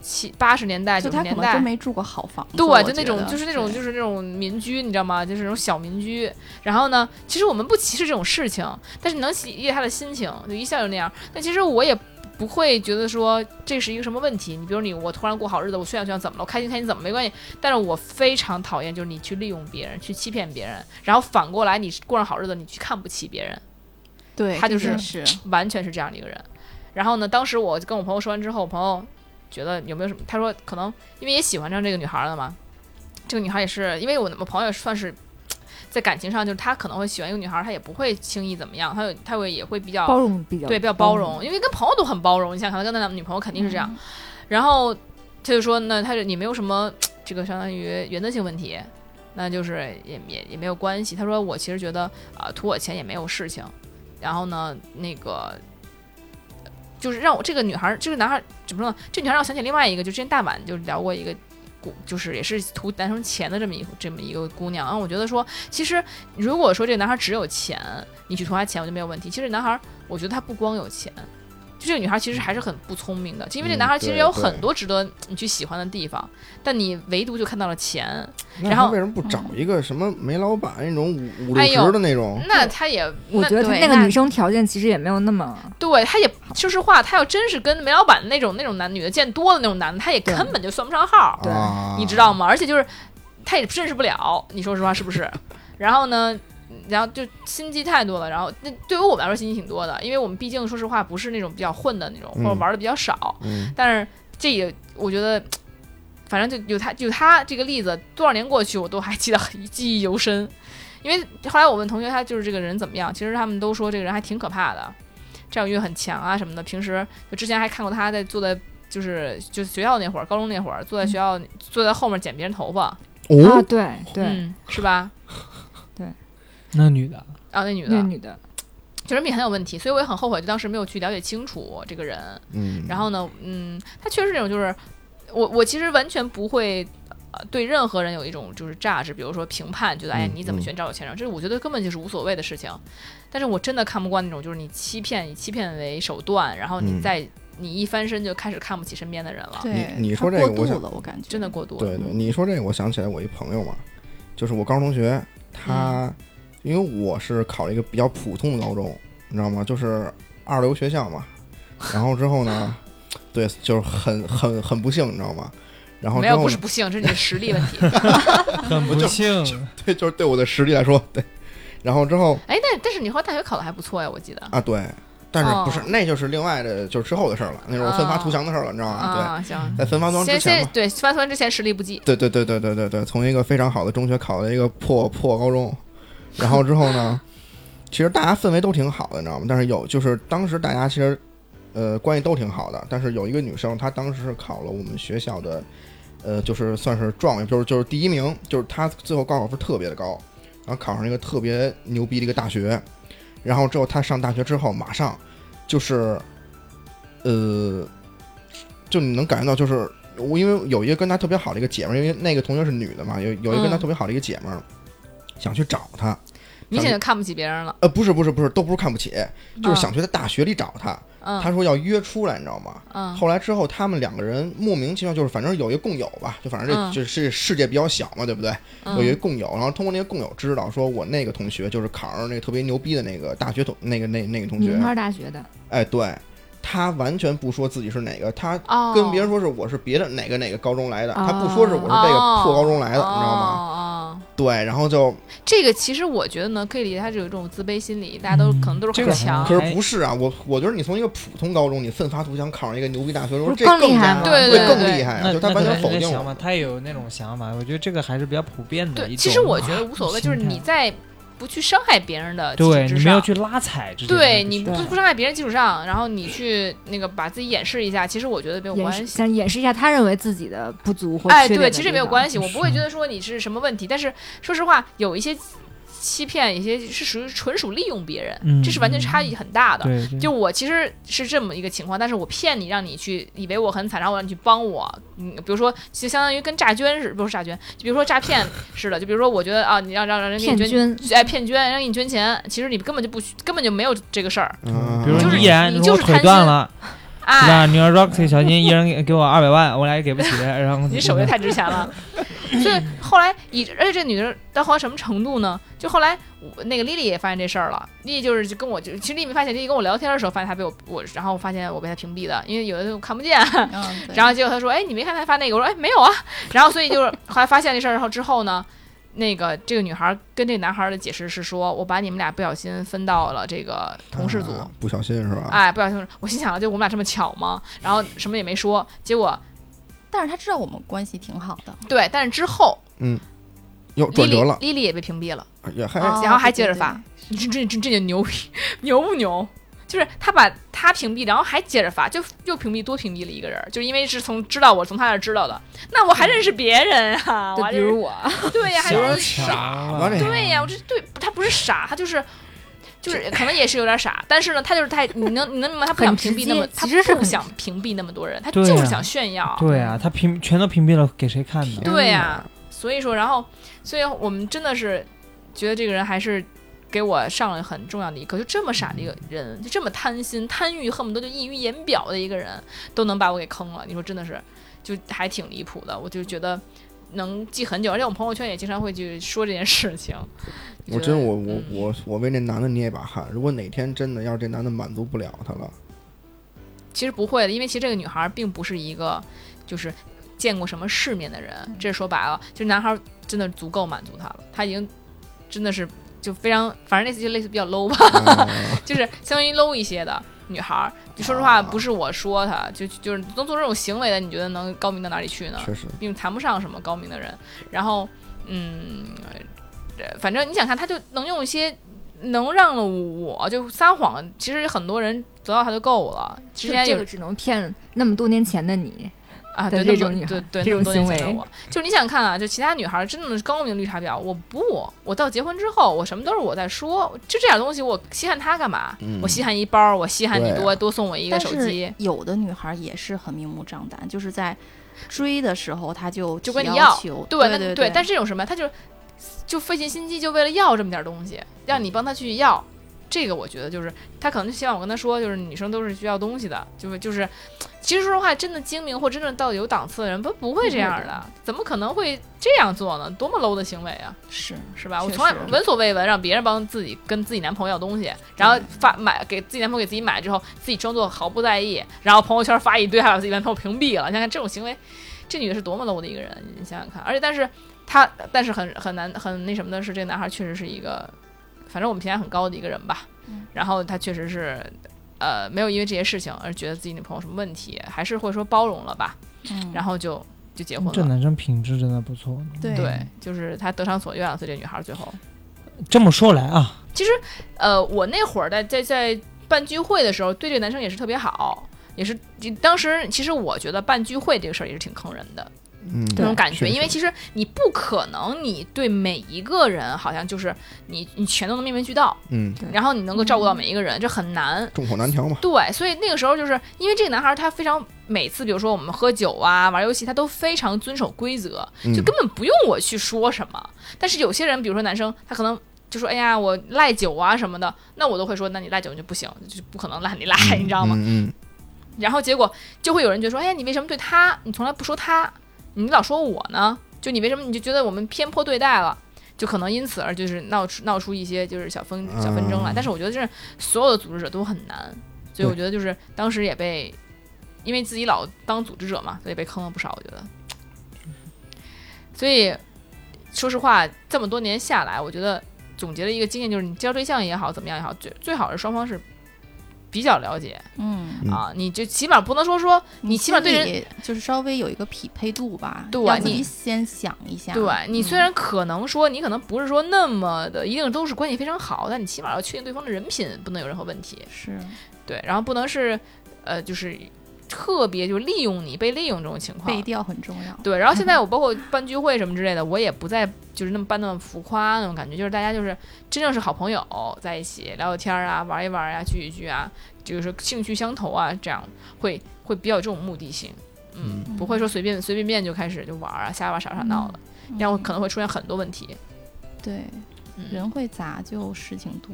Speaker 2: 七八十年代
Speaker 6: 就
Speaker 2: 九十
Speaker 6: 他可
Speaker 2: 年
Speaker 6: 能
Speaker 2: 代
Speaker 6: 真。没住过好房子，我
Speaker 2: 对，就那
Speaker 6: 觉
Speaker 2: 种
Speaker 6: 得
Speaker 2: 就是那种
Speaker 6: 对
Speaker 2: 就是那种民居，你知道吗？就是那种小民居。然后呢，其实我们不歧视这种事情，但是你能体验他的心情，就一下就那样。但其实我也不会觉得说这是一个什么问题。你比如你我突然过好日子，我炫耀炫耀怎么了？我开心开心怎么没关系？但是我非常讨厌就是你去利用别人，去欺骗别人，然后反过来你过上好日子，你去看不起别人。
Speaker 6: 对，
Speaker 2: 他就
Speaker 6: 这件
Speaker 2: 是
Speaker 4: 啊
Speaker 6: 事
Speaker 2: 完全是这样的一个人。然后呢，当时我跟我朋友说完之后，我朋友觉得有没有什么？他说可能因为也喜欢上这个女孩了嘛。这个女孩也是，因为我我朋友也算是在感情上，就是他可能会喜欢一个女孩，他也不会轻易怎么样，他有他会也会比较
Speaker 5: 包容比较嗯
Speaker 2: 对比较包容，因为跟朋友都很包容。你想，可能跟他女朋友肯定是这样。然后他就说那他就你没有什么这个相当于原则性问题，那就是也也也没有关系。他说我其实觉得啊、图我钱也没有事情，然后呢那个。就是让我这个女孩儿，这个男孩儿怎么说呢？这女孩儿让我想起另外一个，就之前大阪就聊过一个姑，就是也是图男生钱的这么一这么一个姑娘。然后我觉得说，其实如果说这个男孩儿只有钱，你去图他钱，我就没有问题。其实男孩儿，我觉得他不光有钱，就这个女孩儿其实还是很不聪明的，因为这
Speaker 4: 嗯
Speaker 2: 男孩儿其实
Speaker 4: 对
Speaker 2: 有
Speaker 4: 对
Speaker 2: 很多值得你去喜欢的地方，但你唯独就看到了钱，
Speaker 5: 哦
Speaker 4: 那
Speaker 2: 然
Speaker 4: 他
Speaker 2: 后
Speaker 4: 为什么不找一个什么煤老板那种五五
Speaker 2: 哎
Speaker 4: 六
Speaker 2: 呦
Speaker 4: 十的那种？
Speaker 2: 那他也
Speaker 5: 我
Speaker 2: 那
Speaker 5: 觉得她
Speaker 6: 对
Speaker 5: 那个
Speaker 6: 那
Speaker 5: 女生条件其实也没有那么，
Speaker 2: 对，他也说实话，他要真是跟煤老板那种那种男女的见多了那种男的，他也
Speaker 5: 对
Speaker 2: 根本就算不上号，
Speaker 5: 对
Speaker 4: 啊
Speaker 2: 你知道吗？而且就是他也认识不了，你说实话是不 是？然后呢，然后就心机太多了。然后那对于我们来说心机挺多的，因为我们毕竟说实话不是那种比较混的那种，或者
Speaker 4: 嗯
Speaker 2: 玩的比较少。
Speaker 4: 嗯，
Speaker 2: 但是这也我觉得，反正就有他就他这个例子，多少年过去我都还记得很记忆犹深。因为后来我问同学他就是这个人怎么样，其实他们都说这个人还挺可怕的，占有欲很强啊什么的。平时就之前还看过他在坐在就是就是学校那会儿，高中那会儿
Speaker 5: 嗯
Speaker 2: 坐在学校、坐在后面剪别人头发，
Speaker 5: 啊，
Speaker 4: 哦，
Speaker 5: 对对，
Speaker 2: 嗯，是吧？
Speaker 8: 那女的
Speaker 2: 啊，那女
Speaker 5: 那
Speaker 2: 的
Speaker 5: 女的，
Speaker 2: 就是命很有问题，所以我也很后悔，就当时没有去了解清楚这个人。
Speaker 4: 嗯，
Speaker 2: 然后呢，嗯，他确实那种就是，我我其实完全不会。呃对任何人有一种就是价值，比如说评判，觉得哎呀
Speaker 4: 嗯
Speaker 2: 你怎么选找有钱人，这是我觉得根本就是无所谓的事情。但是我真的看不惯那种就是你欺骗以欺骗为手段，然后你
Speaker 4: 嗯
Speaker 2: 再、你一翻身就开始看不起身边的人了，
Speaker 6: 对，
Speaker 4: 你说
Speaker 6: 他
Speaker 4: 这个
Speaker 6: 过
Speaker 4: 我
Speaker 6: 度
Speaker 4: 想
Speaker 6: 了，我感觉
Speaker 2: 真的过度了。
Speaker 4: 对对，你说这个，我想起来我一朋友嘛，就是我高中同学，他、
Speaker 2: 嗯
Speaker 4: 因为我是考了一个比较普通的高中，你知道吗？就是二流学校嘛。然后之后呢， 对，就是很很很不幸，你知道吗？然后
Speaker 2: 没
Speaker 4: 之
Speaker 2: 有
Speaker 4: 后
Speaker 2: 不是不幸，这是你的实力问 题。
Speaker 8: 很不幸，
Speaker 4: 对，就是对我的实力来说，对。然后之后
Speaker 2: 哎，但但是你后来大学考的还不错呀，我记得
Speaker 4: 啊，对，但是不是、
Speaker 2: 哦
Speaker 4: 那就是另外的，就是之后的事儿了，那是我奋发图强的事儿了，你知道吗？
Speaker 2: 啊，行。
Speaker 4: 对，在奋发图强之
Speaker 2: 先
Speaker 4: 前
Speaker 2: 先
Speaker 4: 嘛。
Speaker 2: 对发完之前实力不济，
Speaker 4: 对对对对对对对，从一个非常好的中学考了一个破破高中，然后之后呢，其实大家氛围都挺好的，你知道吗？但是有就是当时大家其实呃关系都挺好的，但是有一个女生，她当时是考了我们学校的呃就是算是状元，就是就是第一名，就是她最后高考分特别的高，然后考上一个特别牛逼的一个大学，然后之后她上大学之后马上就是呃。就你能感觉到，就是我因为有一个跟她特别好的一个姐们儿，因为那个同学是女的嘛，有有一个跟她
Speaker 2: 嗯
Speaker 4: 特别好的一个姐们儿，想去找她，
Speaker 2: 明显就看不起别人了。
Speaker 4: 呃，不是不是不是，都不是看不起，就是
Speaker 2: 嗯
Speaker 4: 想去她大学里找她，她
Speaker 2: 嗯
Speaker 4: 说要约出来，你知道吗？
Speaker 2: 嗯
Speaker 4: 后来之后，他们两个人莫名其妙就是，反正有一个共有吧，就反正
Speaker 2: 嗯
Speaker 4: 这这是世界比较小嘛，对不对？有一个
Speaker 2: 嗯
Speaker 4: 共友，然后通过那个共友知道，说我那个同学就是考上那个特别牛逼的那个大学同那个那那个同
Speaker 2: 嗯
Speaker 4: 学
Speaker 5: 名，牌大学的，
Speaker 4: 哎，对他完全不说自己是哪个，他
Speaker 2: 哦，
Speaker 4: 跟别人说是我是别的哪个哪个高中来的，他不说是我是这个破高中来的，你知道吗？
Speaker 2: 哦吗？哦
Speaker 4: 对，然后就
Speaker 2: 这个其实我觉得呢，可以理解他是有一种自卑心理，大家都
Speaker 8: 嗯
Speaker 2: 可能都是
Speaker 8: 这
Speaker 2: 很
Speaker 8: 个
Speaker 2: 强。
Speaker 4: 可
Speaker 8: 哎
Speaker 4: 是不是啊，我我觉得你从一个普通高中，你奋发图强考上一个牛逼大学，说
Speaker 5: 不是
Speaker 4: 这
Speaker 5: 更厉害
Speaker 4: 加
Speaker 5: 吗
Speaker 2: 对
Speaker 4: 对
Speaker 2: 对
Speaker 4: 更
Speaker 2: 对
Speaker 4: 厉害啊，
Speaker 8: 那
Speaker 4: 就他完全
Speaker 8: 那
Speaker 4: 否
Speaker 8: 可能是
Speaker 4: 定
Speaker 8: 想法，
Speaker 4: 我。
Speaker 8: 他也有那种想法。我觉得这个还是比较普遍的
Speaker 2: 对，
Speaker 8: 一种
Speaker 2: 其实我觉得无所谓，
Speaker 8: 心
Speaker 2: 就
Speaker 8: 态
Speaker 2: 是你在不去伤害别人的基础
Speaker 8: 对
Speaker 2: 之
Speaker 8: 你没有
Speaker 2: 上。
Speaker 8: 去拉踩这些东西，
Speaker 2: 对你不
Speaker 5: 对
Speaker 2: 不伤害别人基础上，然后你去那个把自己掩饰一下，其实我觉得没有
Speaker 5: 掩
Speaker 2: 关
Speaker 5: 饰
Speaker 2: 系。
Speaker 5: 想掩饰一下他认为自己的不足或
Speaker 2: 哎，
Speaker 5: 缺点
Speaker 2: 对，
Speaker 5: 的
Speaker 2: 其实
Speaker 5: 地
Speaker 2: 也没有
Speaker 5: 方
Speaker 2: 关系，我不会觉得说你是什么问题。但是说实话，有一些欺骗，有些是属于纯属利用别人，
Speaker 8: 嗯
Speaker 2: 这是完全差异很大的。
Speaker 8: 对，对
Speaker 2: 就我其实是这么一个情况，但是我骗你，让你去以为我很惨，然后我让你去帮我，嗯，比如说就相当于跟诈捐似，不是诈捐，就比如说诈骗似的，就比如说我觉得啊，你让让让人给
Speaker 5: 骗
Speaker 2: 你捐，
Speaker 5: 捐，
Speaker 2: 哎，骗捐，让你捐钱，其实你根本就不需，根本就没有这个事儿
Speaker 4: 嗯
Speaker 8: 比如
Speaker 2: 就
Speaker 8: 说
Speaker 2: 是
Speaker 8: 你依然
Speaker 2: 你
Speaker 8: 你
Speaker 2: 就
Speaker 8: 说我
Speaker 2: 是
Speaker 8: 腿
Speaker 2: 贪
Speaker 8: 断
Speaker 2: 心
Speaker 8: 了，是
Speaker 2: 哎，
Speaker 8: 吧？你要 Roxy 小金一人给给我二百万，我俩也给不 起，然后
Speaker 2: 你手也太值钱 了。所以后来以，而且这女的到后来什么程度呢？就后来我那个丽丽也发现这事儿了，丽丽就是就跟我就其实丽丽没发现，丽丽跟我聊天的时候发现她被我我，然后发现我被她屏蔽的，因为有的时候看不见。
Speaker 6: 嗯，对
Speaker 2: 然后结果他说：“哎，你没看他发那个？”我说：“哎，没有啊。”然后所以就是后来发现这事儿，然后之后呢，那个这个女孩跟这个男孩的解释是说：“我把你们俩不小心分到了这个同事组。
Speaker 4: 啊不小心是吧？
Speaker 2: 哎，不小心，我心想了，就我们俩这么巧吗？然后什么也没说，结果
Speaker 6: 但是他知道我们关系挺好的，
Speaker 2: 对，但是之后
Speaker 4: 又
Speaker 2: 丽
Speaker 4: 转
Speaker 2: 丽
Speaker 4: 折了，
Speaker 2: 丽丽也被屏蔽了，
Speaker 4: 也还
Speaker 2: 哦然后还
Speaker 6: 对
Speaker 2: 接着
Speaker 6: 对
Speaker 2: 发
Speaker 6: 对
Speaker 2: 你这这这这就牛逼，牛不牛？就是他把他屏蔽，然后还接着发，就又屏蔽多屏蔽了一个人儿，就是因为是从知道我从他那儿知道的，那我还认识别人啊，我
Speaker 5: 就
Speaker 2: 还
Speaker 5: 比
Speaker 2: 认识
Speaker 5: 如我，
Speaker 2: 对呀、还
Speaker 4: 有
Speaker 2: 认
Speaker 4: 点
Speaker 2: 识
Speaker 4: 傻吧这
Speaker 2: 对呀、我这对他不是傻，他就是。就是可能也是有点傻，但是呢，他就是太你能你能明白，他不想
Speaker 5: 很
Speaker 2: 屏蔽
Speaker 5: 直
Speaker 2: 那么
Speaker 5: 接，
Speaker 2: 他
Speaker 5: 其实是
Speaker 2: 不
Speaker 5: 很
Speaker 2: 想屏蔽那么多人，他就
Speaker 3: 对
Speaker 2: 是
Speaker 3: 呀
Speaker 2: 想炫耀。
Speaker 3: 对啊，他屏全都屏蔽了，给谁看呢？
Speaker 2: 对呀、
Speaker 4: 嗯
Speaker 2: 所以说，然后，所以我们真的是觉得这个人还是给我上了很重要的一课。就这么傻的一个人，就这么贪心、贪欲，恨不得就溢于言表的一个人，都能把我给坑了。你说真的是，就还挺离谱的。我就觉得能记很久，而且我朋友圈也经常会去说这件事情。觉
Speaker 4: 我
Speaker 2: 得
Speaker 4: 真我我
Speaker 2: 嗯
Speaker 4: 我我为那男的捏一把汗。如果哪天真的要是这男的满足不了她 了，
Speaker 2: 其实不会的，因为其实这个女孩并不是一个就是见过什么世面的人，这说白了，就是男孩真的足够满足她了，她已经真的是就非常，反正类似就类似比较 low 吧，
Speaker 4: 啊
Speaker 2: 就是相当于 low 一些的女孩。就说实话，
Speaker 4: 啊
Speaker 2: 不是我说她，就就是能做这种行为的，你觉得能高明到哪里去呢？
Speaker 4: 确实，
Speaker 2: 并谈不上什么高明的人。然后，嗯，呃反正你想看，他就能用一些能让了我就撒谎，其实很多人得到他就够了。之
Speaker 5: 就
Speaker 2: 前
Speaker 5: 这
Speaker 2: 有
Speaker 5: 个只能骗那么多年前的你，
Speaker 2: 啊，
Speaker 5: 的
Speaker 2: 对
Speaker 5: 这
Speaker 2: 那么
Speaker 5: 种女孩
Speaker 2: 对对，
Speaker 5: 这
Speaker 2: 那么
Speaker 5: 种
Speaker 2: 多年
Speaker 5: 行
Speaker 2: 前的
Speaker 5: 为
Speaker 2: 我，就是你想看啊，就其他女孩真的是高明绿茶婊，我不，我到结婚之后，我什么都是我在说，就这点东西我稀罕她干嘛？
Speaker 4: 嗯
Speaker 2: 我稀罕一包，我稀罕你
Speaker 4: 对啊
Speaker 2: 多、多送我一个
Speaker 6: 但
Speaker 2: 手
Speaker 6: 是
Speaker 2: 机，
Speaker 6: 有的女孩也是很明目张胆，就是在追的时候，她就
Speaker 2: 就
Speaker 6: 就
Speaker 2: 跟你
Speaker 6: 要
Speaker 2: 要
Speaker 6: 求，
Speaker 2: 对
Speaker 6: 对
Speaker 2: 那
Speaker 6: 对，
Speaker 2: 但是这种什么，他就就费尽心机，就为了要这么点东西，让你帮他去要。这个我觉得就是他可能就希望我跟他说，就是女生都是需要东西的，就是就是，其实说实话，真的精明或真正到有档次的人不不会这样
Speaker 5: 嗯
Speaker 2: 的，怎么可能会这样做呢？多么 low 的行为啊！
Speaker 6: 是
Speaker 2: 是吧？我
Speaker 6: 确
Speaker 2: 从来
Speaker 6: 实
Speaker 2: 闻所未闻，让别人帮自己跟自己男朋友要东西，然后发买给自己男朋友给自己买之后，自己装作毫不在意，然后朋友圈发一堆，还把自己男朋友屏蔽了。你看看这种行为，这女的是多么 low 的一个人，你想想看。而且但是她，但是很很难很那什么的是，这个男孩确实是一个，反正我们评价很高的一个人吧。
Speaker 6: 嗯
Speaker 2: 然后他确实是，呃，没有因为这些事情而觉得自己女朋友有什么问题，还是会说包容了吧，
Speaker 6: 嗯，
Speaker 2: 然
Speaker 6: 后
Speaker 2: 后就就结婚
Speaker 3: 这
Speaker 2: 了。
Speaker 3: 男生品质真的不错。嗯
Speaker 6: 对
Speaker 2: 对，就是他得偿所愿了，所以这女孩最后。
Speaker 3: 这么说来啊，
Speaker 2: 其实，呃，我那会儿在在在办聚会的时候，对这个男生也是特别好，也是当时其实我觉得办聚会这个事儿也是挺坑人的
Speaker 4: 嗯，
Speaker 2: 那种感觉，
Speaker 4: 确实
Speaker 2: 因为其实你不可能你对每一个人好像就是你你全都能面面俱到，
Speaker 4: 嗯，
Speaker 2: 然后你能够照顾到每一个人，这很难。
Speaker 4: 众口难调嘛，
Speaker 2: 对，所以那个时候就是因为这个男孩儿他非常每次，比如说我们喝酒啊、玩游戏，他都非常遵守规则，
Speaker 4: 嗯
Speaker 2: 就根本不用我去说什么。但是有些人，比如说男生，他可能就说：“哎呀，我赖酒啊什么的。”那我都会说：“那你赖酒你就不行，就不可能赖你赖，你知道吗？”
Speaker 4: 嗯
Speaker 2: 然后结果就会有人觉得说：“哎呀，你为什么对他？你从来不说他，你老说我呢？就你为什么你就觉得我们偏颇对待了？”就可能因此而就是闹出闹出一些就是小纷小纷争来，
Speaker 4: 嗯
Speaker 2: 但是我觉得这所有的组织者都很难，所以我觉得就是当时也被，因为自己老当组织者嘛，所以被坑了不少，我觉得。所以说实话，这么多年下来，我觉得总结的一个经验就是，你交对象也好，怎么样也好，最最好是双方是比较了解，
Speaker 6: 嗯，
Speaker 4: 嗯
Speaker 2: 啊，你就起码不能说说你起码对人，
Speaker 6: 人就是稍微有一个匹配度吧，
Speaker 2: 对
Speaker 6: 要自
Speaker 2: 你
Speaker 6: 己先想一下，
Speaker 2: 对你
Speaker 6: 嗯
Speaker 2: 虽然可能说你可能不是说那么的一定都是关系非常好，但你起码要确定对方的人品不能有任何问题，
Speaker 6: 嗯是
Speaker 2: 对，然后不能是呃就是特别就利用你被利用这种情
Speaker 6: 背
Speaker 2: 况。
Speaker 6: 调很重要，
Speaker 2: 对，然后现 在我包括办聚会什么之类的，我也不再就是那么办那么浮夸那种感觉，就是大家就是真正是好朋友在一起聊聊天儿啊，玩一玩啊，聚一聚啊，就是兴趣相投啊，这样会会比较有这种目的性。嗯，
Speaker 6: 嗯
Speaker 2: 不会说随便随便便就开始就玩啊，瞎玩傻傻闹的，
Speaker 6: 嗯，
Speaker 2: 这样可能会出现很多问题。
Speaker 6: 对
Speaker 2: 嗯，
Speaker 6: 人会杂就事情多。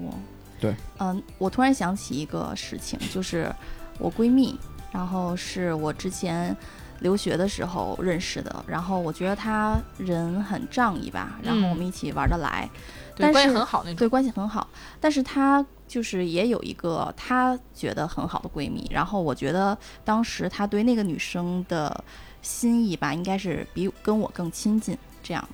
Speaker 4: 对，
Speaker 6: 嗯，我突然想起一个事情，就是我闺蜜，然后是我之前留学的时候认识的，然后我觉得她人很仗义吧，然后我们一起玩得来，
Speaker 2: 对，
Speaker 6: 但
Speaker 2: 关系
Speaker 6: 是
Speaker 2: 很好那种。
Speaker 6: 对关系很好。但是她就是也有一个她觉得很好的闺蜜，然后我觉得当时她对那个女生的心意吧，应该是比跟我更亲近这样。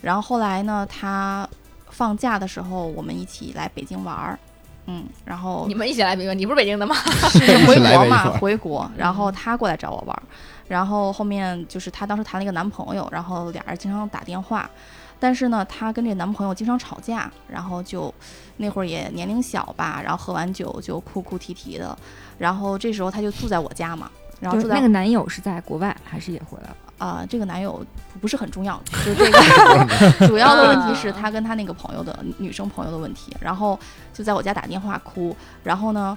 Speaker 6: 然后后来呢，她放假的时候我们一起来北京玩儿，嗯，然后
Speaker 2: 你们一起来北京，你不是北京的吗？
Speaker 6: 就 回
Speaker 4: 一起嗯来
Speaker 6: 国
Speaker 4: 北
Speaker 6: 嘛，
Speaker 4: 京
Speaker 6: 回国，然后她过来找我玩儿，然后后面就是她当时谈了一个男朋友，然后俩人经常打电话，但是呢，她跟这男朋友经常吵架，然后就那会儿也年龄小吧，然后喝完酒就哭哭啼啼的，然后这时候她就住在我家嘛，然后
Speaker 5: 就是
Speaker 6: 住在
Speaker 5: 那个男友是在国外还是也回来了？
Speaker 6: 啊、这个男友不是很重要，就这个主要的问题
Speaker 2: 嗯
Speaker 6: 是
Speaker 5: 啊
Speaker 6: 他跟他那个朋友的女生朋友的问题，然后就在我家打电话哭，然后呢，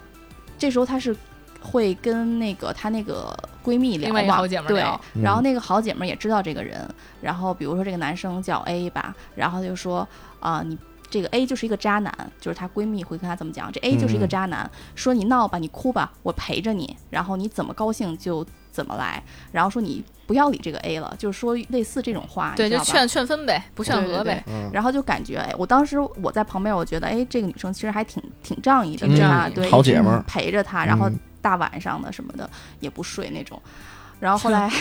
Speaker 6: 这时候她是会跟那个她那个闺蜜聊
Speaker 2: 另外一个
Speaker 6: 嘛
Speaker 2: 好姐妹儿
Speaker 6: 对啊
Speaker 2: 聊，
Speaker 4: 嗯
Speaker 6: 然后那个好姐妹儿也知道这个人，然后比如说这个男生叫 A 吧，然后就说啊、你。这个 A 就是一个渣男，就是她闺蜜会跟她这么讲，这 A 就是一个
Speaker 4: 嗯
Speaker 6: 渣男，说你闹吧，你哭吧，我陪着你，然后你怎么高兴就怎么来，然后说你不要理这个 A 了，就是说类似这种话，
Speaker 2: 对，
Speaker 6: 你知
Speaker 2: 就
Speaker 6: 道吧
Speaker 2: 劝劝分呗，不劝
Speaker 6: 对对
Speaker 2: 和
Speaker 6: 对
Speaker 2: 呗。
Speaker 4: 嗯，
Speaker 6: 然后就感觉，哎，我当时我在旁边，我觉得，哎，这个女生其实还挺挺仗义的，
Speaker 2: 挺
Speaker 6: 对
Speaker 2: 仗
Speaker 6: 吧？
Speaker 2: 义
Speaker 6: 对，
Speaker 4: 嗯好
Speaker 6: 一直
Speaker 4: 姐们儿
Speaker 6: 陪着她，然后
Speaker 4: 嗯
Speaker 6: 大晚上的什么的也不睡那种。然后后来，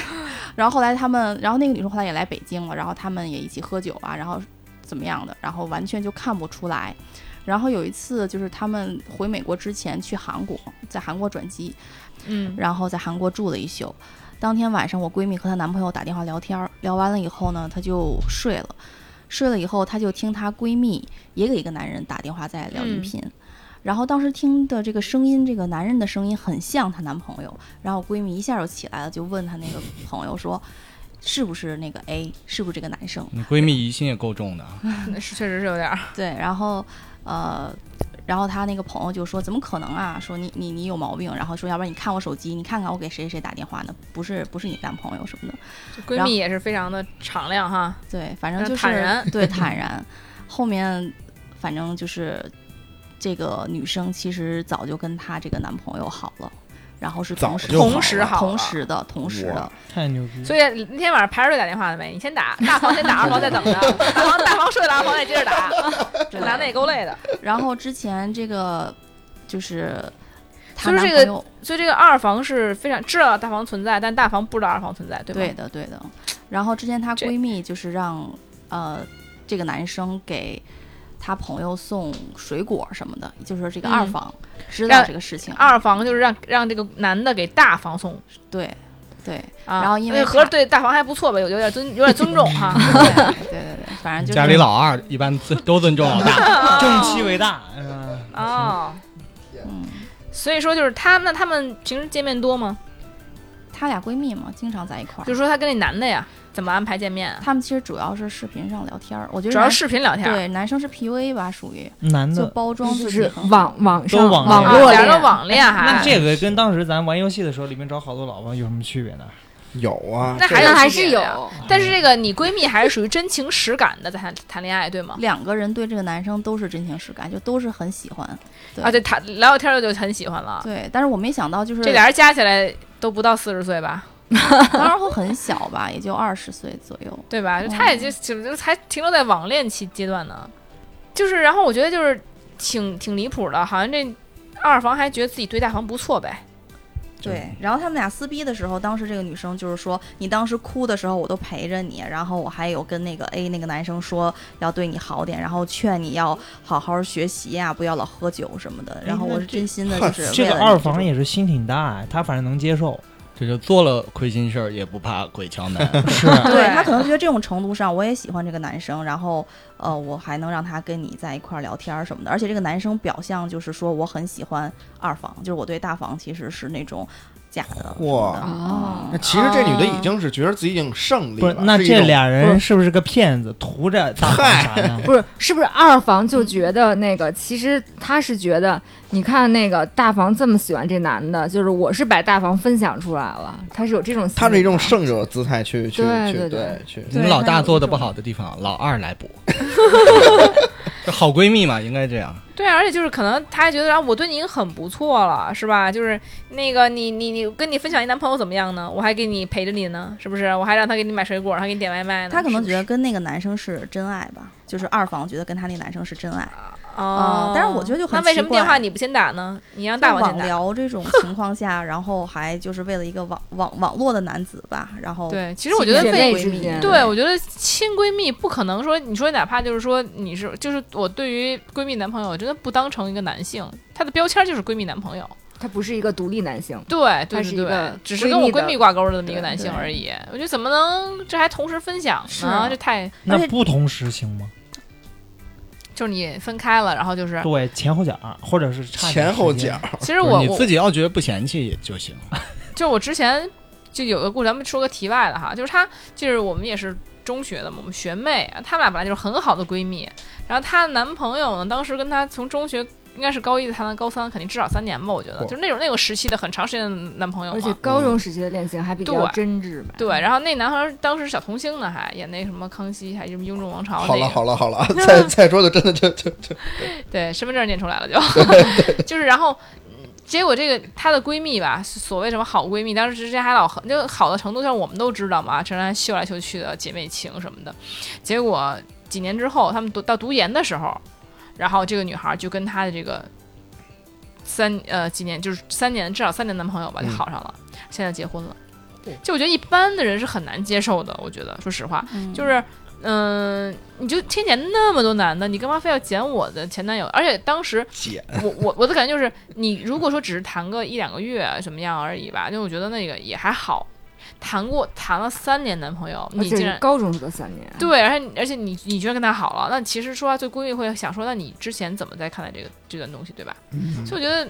Speaker 6: 然后后来他们，然后那个女生后来也来北京了，然后他们也一起喝酒啊，然后怎么样的，然后完全就看不出来。然后有一次就是他们回美国之前去韩国，在韩国转机，
Speaker 2: 嗯，
Speaker 6: 然后在韩国住了一宿。当天晚上，我闺蜜和她男朋友打电话聊天儿，聊完了以后呢，她就睡了。睡了以后，她就听她闺蜜也给一个男人打电话在聊音
Speaker 2: 嗯
Speaker 6: 频，然后当时听的这个声音，这个男人的声音很像她男朋友。然后我闺蜜一下就起来了，就问她那个朋友说：“是不是那个 A？是不是这个男生？”
Speaker 7: 你闺蜜疑心也够重的啊，
Speaker 2: 那是确实是有点儿。
Speaker 6: 对，然后呃，然后他那个朋友就说：“怎么可能啊？说你你你有毛病。”然后说：“要不然你看我手机，你看看我给谁谁打电话呢？不是不是你男朋友什么的。
Speaker 2: 闺
Speaker 6: 然
Speaker 2: 蜜
Speaker 6: 后
Speaker 2: 也是非常的敞亮哈，”
Speaker 6: 对，反正
Speaker 2: 那
Speaker 6: 就是
Speaker 2: 坦然
Speaker 6: 对坦然。后面反正就是这个女生其实早就跟她这个男朋友好了，然后是
Speaker 4: 早
Speaker 6: 同时
Speaker 4: 就好
Speaker 2: 同时
Speaker 4: 了
Speaker 2: 好了
Speaker 6: 同时的同时
Speaker 4: 哇
Speaker 6: 的，
Speaker 3: 太牛逼了！
Speaker 2: 所以那天晚上排着队打电话的呗，你先 打，大黄先打，二黄再等着，大黄大黄睡了，二黄再接着打，这
Speaker 6: 对
Speaker 2: 男的也够累的。
Speaker 6: 然后之前这个就是她
Speaker 2: 就是
Speaker 6: 男
Speaker 2: 这
Speaker 6: 朋
Speaker 2: 个
Speaker 6: 友
Speaker 2: 所以这个二房是非常知道大房存在，但大房不知道二房存在，对吧？
Speaker 6: 对的，对的。然后之前她
Speaker 2: 这
Speaker 6: 闺蜜就是让呃这个男生给她朋友送水果什么的，就是这个二
Speaker 2: 嗯
Speaker 6: 房、知道
Speaker 2: 让
Speaker 6: 这个事情，
Speaker 2: 二房就是让让这个男的给大房送
Speaker 6: 对对
Speaker 2: 啊，
Speaker 6: 然后因为
Speaker 2: 那合着对大房还不错吧，有有点尊有点尊重啊哈。
Speaker 6: 对对对对，反正就是
Speaker 7: 家里老二一般尊都尊重老大，
Speaker 3: 正气为大，是吧？
Speaker 2: 哦，
Speaker 6: 嗯，
Speaker 2: 所以说就是他那他们平时见面多吗？
Speaker 6: 她俩闺蜜嘛，经常在一块
Speaker 2: 就
Speaker 6: 儿。
Speaker 2: 是说他跟那男的呀，怎么安排见面啊？
Speaker 6: 她们其实主要是视频上聊天儿，我觉得
Speaker 2: 主要
Speaker 6: 男
Speaker 2: 视频聊天啊儿，
Speaker 6: 对男生是 PUA 吧，属于
Speaker 3: 男
Speaker 6: 就
Speaker 3: 的，
Speaker 6: 包装
Speaker 5: 就
Speaker 6: 自己
Speaker 5: 是
Speaker 6: 很好
Speaker 5: 网网上
Speaker 3: 网
Speaker 5: 网
Speaker 3: 恋
Speaker 2: 啊，
Speaker 5: 络
Speaker 2: 俩人都
Speaker 5: 恋，
Speaker 2: 网恋还
Speaker 3: 那。这个跟当时咱玩游戏的时候，里面找好多老婆有什么区别呢？
Speaker 4: 有啊，
Speaker 2: 那
Speaker 4: 这
Speaker 2: 还有
Speaker 5: 那还
Speaker 2: 区别
Speaker 5: 是
Speaker 2: 的呀
Speaker 5: 有，
Speaker 2: 但是这个你闺蜜还是属于真情实感的在谈谈恋爱，对吗？
Speaker 6: 两个人对这个男生都是真情实感，就都是很喜欢。对
Speaker 2: 啊，对，谈聊聊天儿就很喜欢了。
Speaker 6: 对，但是我没想到就是
Speaker 2: 这俩人加起来都不到四十岁吧，
Speaker 6: 当然会很小吧，也就二十岁左右。
Speaker 2: 对吧？就
Speaker 6: 哦
Speaker 2: 他也就只就才停留在网恋期阶段呢。就是，然后我觉得就是挺挺离谱的，好像这二房还觉得自己对大房不错呗。
Speaker 6: 对，然后他们俩撕逼的时候，当时这个女生就是说：“你当时哭的时候，我都陪着你，然后我还有跟那个 A 那个男生说要对你好点，然后劝你要好好学习呀、不要老喝酒什么的。”然后我是真 心的，就是
Speaker 3: 哎这
Speaker 6: 为了
Speaker 3: 个
Speaker 6: 你
Speaker 3: 二
Speaker 6: 种
Speaker 3: 房也是心挺大呀，他反正能接受。
Speaker 7: 这就做了亏心事儿也不怕鬼敲门。
Speaker 3: 是，
Speaker 6: 对他可能觉得这种程度上，我也喜欢这个男生，然后呃，我还能让他跟你在一块儿聊天儿什么的。而且这个男生表象就是说我很喜欢二房，就是我对大房其实是那种假的嗯什么
Speaker 2: 啊
Speaker 6: 的。
Speaker 5: 哦
Speaker 4: 那其实这女的已经是觉得自己已经胜利
Speaker 3: 不
Speaker 4: 了
Speaker 3: 是，，那
Speaker 4: 是一
Speaker 3: 这
Speaker 4: 种
Speaker 3: 俩人是不是个骗子，图着大房啥 呀？
Speaker 5: 不是，是不是二房就觉得那个，其实他是觉得，你看那个大房这么喜欢这男的，就是我是把大房分享出来了，他是有这种心理的，
Speaker 4: 她是一种胜者姿态去去
Speaker 5: 对
Speaker 4: 去
Speaker 5: 对
Speaker 4: 对
Speaker 5: 对
Speaker 4: 去，
Speaker 7: 你们老大做的不好的地方，老二来补。 这好闺蜜嘛，应该这样。
Speaker 2: 对啊，而且就是可能他还觉得啊，我对你已经很不错了，是吧？就是那个你你你跟你分享你男朋友怎么样呢？我还给你陪着你呢，是不是？我还让他给你买水果，还给你点外卖呢。
Speaker 6: 他可能
Speaker 2: 是不
Speaker 6: 觉
Speaker 2: 是
Speaker 6: 得跟那个男生是真爱吧，就是二房觉得跟他那男生是真爱。
Speaker 2: 哦
Speaker 6: 啊，但是我觉得就很
Speaker 2: 那为什么
Speaker 6: 奇怪
Speaker 2: 电话你不先打呢？你让大
Speaker 6: 在
Speaker 2: 王先
Speaker 6: 网
Speaker 2: 打。
Speaker 6: 聊这种情况下， 然后还就是为了一个网网网络的男子吧，然后
Speaker 2: 对，其实我觉得
Speaker 5: 姐
Speaker 2: 为
Speaker 5: 妹
Speaker 6: 闺
Speaker 5: 之
Speaker 6: 蜜
Speaker 5: 间
Speaker 2: 对，我觉得亲闺蜜不可能说，你说哪怕就是说你是，就是我对于闺蜜男朋友，我真的不当成一个男性，他的标签就是闺蜜男朋友。
Speaker 5: 他不是一个独立男性，
Speaker 2: 对
Speaker 5: 她
Speaker 2: 对
Speaker 5: 是
Speaker 2: 对
Speaker 5: 一
Speaker 2: 对
Speaker 5: 个，
Speaker 2: 只是跟我
Speaker 5: 闺蜜的
Speaker 2: 闺蜜挂钩的那么一个
Speaker 5: 对
Speaker 2: 男性
Speaker 5: 对
Speaker 2: 而已。我觉得怎么能这还同时分享
Speaker 5: 是
Speaker 2: 呢
Speaker 5: 啊？
Speaker 2: 这太
Speaker 3: 那
Speaker 6: 而且
Speaker 3: 不同时行吗？
Speaker 2: 就是你分开了，然后就是
Speaker 3: 对，前后脚儿或者是差一点
Speaker 4: 前后
Speaker 3: 时间
Speaker 4: 脚，
Speaker 2: 其
Speaker 7: 就
Speaker 2: 实
Speaker 7: 是
Speaker 2: 我
Speaker 7: 你
Speaker 2: 我
Speaker 7: 自己要觉得不嫌弃也就行。
Speaker 2: 就我之前就有个故事，咱们说个题外的哈，就是她就是我们也是中学的嘛，我们学妹啊，她们俩本来就是很好的闺蜜，然后她的男朋友呢，当时跟她从中学。应该是高一谈到高三，肯定至少三年吧，我觉得，
Speaker 4: 嚯
Speaker 2: 就是那种那个时期的很长时间的男朋友嘛。啊
Speaker 5: 而且高中时期的恋情还比较真挚吧？
Speaker 2: 对，然后那男孩当时小童星呢，还演那什么《康熙》，还什么《雍正王朝》那个。
Speaker 4: 好了好了 好了，再再说就真的就就就
Speaker 2: 对，身份证念出来了就， 就是然后。嗯结果这个她的闺蜜吧，所谓什么好闺蜜，当时之前还老很就好的程度，像我们都知道嘛，成天秀来秀去的姐妹情什么的。结果几年之后，他们读到读研的时候，然后这个女孩就跟她的这个三呃几年就是三年至少三年男朋友吧就
Speaker 4: 嗯
Speaker 2: 好上了，现在结婚了。就我觉得一般的人是很难接受的，我觉得说实话，
Speaker 6: 嗯
Speaker 2: 就是，嗯、你就天天那么多男的，你干嘛非要捡我的前男友？而且当时
Speaker 4: 姐
Speaker 2: 我我我的感觉就是，你如果说只是谈个一两个月怎么样而已吧，就我觉得那个也还好。谈过谈了三年男朋友，
Speaker 5: 而
Speaker 2: 你
Speaker 5: 且
Speaker 2: 竟
Speaker 5: 是
Speaker 2: 然
Speaker 5: 高中时的三年，
Speaker 2: 对，而且你而且你你居然跟他好了，那其实说啊话最闺蜜会想说，那你之前怎么在看待这个这段东西，对吧？所以我觉得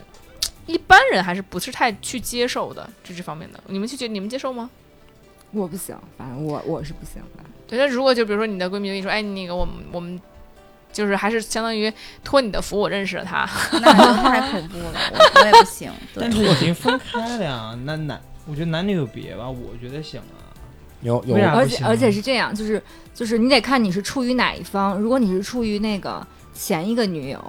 Speaker 2: 一般人还是不是太去接受的，就这方面的，你们去接你们接受吗？
Speaker 5: 我不行，反正我我是不行的。
Speaker 2: 对，那如果就比如说你的闺蜜就跟你说，哎，那个我们我们就是还是相当于托你的福，我认识了他，
Speaker 6: 那就太恐怖了，我我也不行。对
Speaker 3: 但，是 已经分开了呀，那男，我觉得男女有别吧，我觉得行啊。
Speaker 4: 有有
Speaker 3: 为啥
Speaker 5: 而
Speaker 3: 不
Speaker 5: 且
Speaker 3: 行啊
Speaker 5: 而且是这样，就是就是你得看你是出于哪一方。如果你是出于那个前一个女友，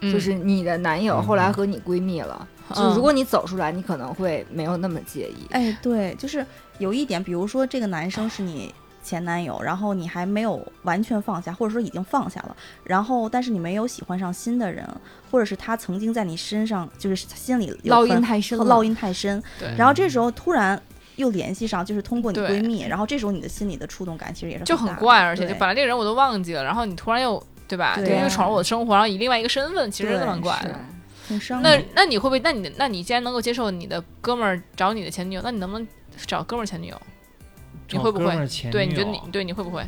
Speaker 2: 嗯
Speaker 5: 就是你的男友后来和你闺蜜了，就是如果你走出来，你可能会没有那么介意。
Speaker 6: 哎，对，就是有一点，比如说这个男生是你前男友，然后你还没有完全放下，或者说已经放下了，然后但是你没有喜欢上新的人，或者是他曾经在你身上就是心里有
Speaker 5: 烙
Speaker 6: 很
Speaker 5: 印太深了，
Speaker 6: 烙印太深，
Speaker 2: 对
Speaker 6: 然后这时候突然。又联系上，就是通过你
Speaker 2: 嗯对
Speaker 6: 闺蜜，然后这时候你的心里的触动感其实也是
Speaker 2: 就
Speaker 6: 很
Speaker 2: 很
Speaker 6: 大的
Speaker 2: 怪，而且就
Speaker 6: 对
Speaker 2: 本来这个人我都忘记了，然后你突然又对吧，
Speaker 6: 对
Speaker 2: 又闯入我的生活，然后以另外一个身份，其实真的蛮怪
Speaker 5: 是
Speaker 2: 的。
Speaker 6: 挺伤
Speaker 2: 那
Speaker 6: 的。
Speaker 2: 那你会不会？那你的那你既然能够接受你的哥们儿找你的前女友，那你能不能找哥们儿前女友？你
Speaker 3: 找
Speaker 2: 会不
Speaker 3: 嗯哥
Speaker 2: 会
Speaker 3: 们儿前
Speaker 2: 对，
Speaker 3: 女
Speaker 2: 你觉得
Speaker 3: 友
Speaker 2: 你对你会不会？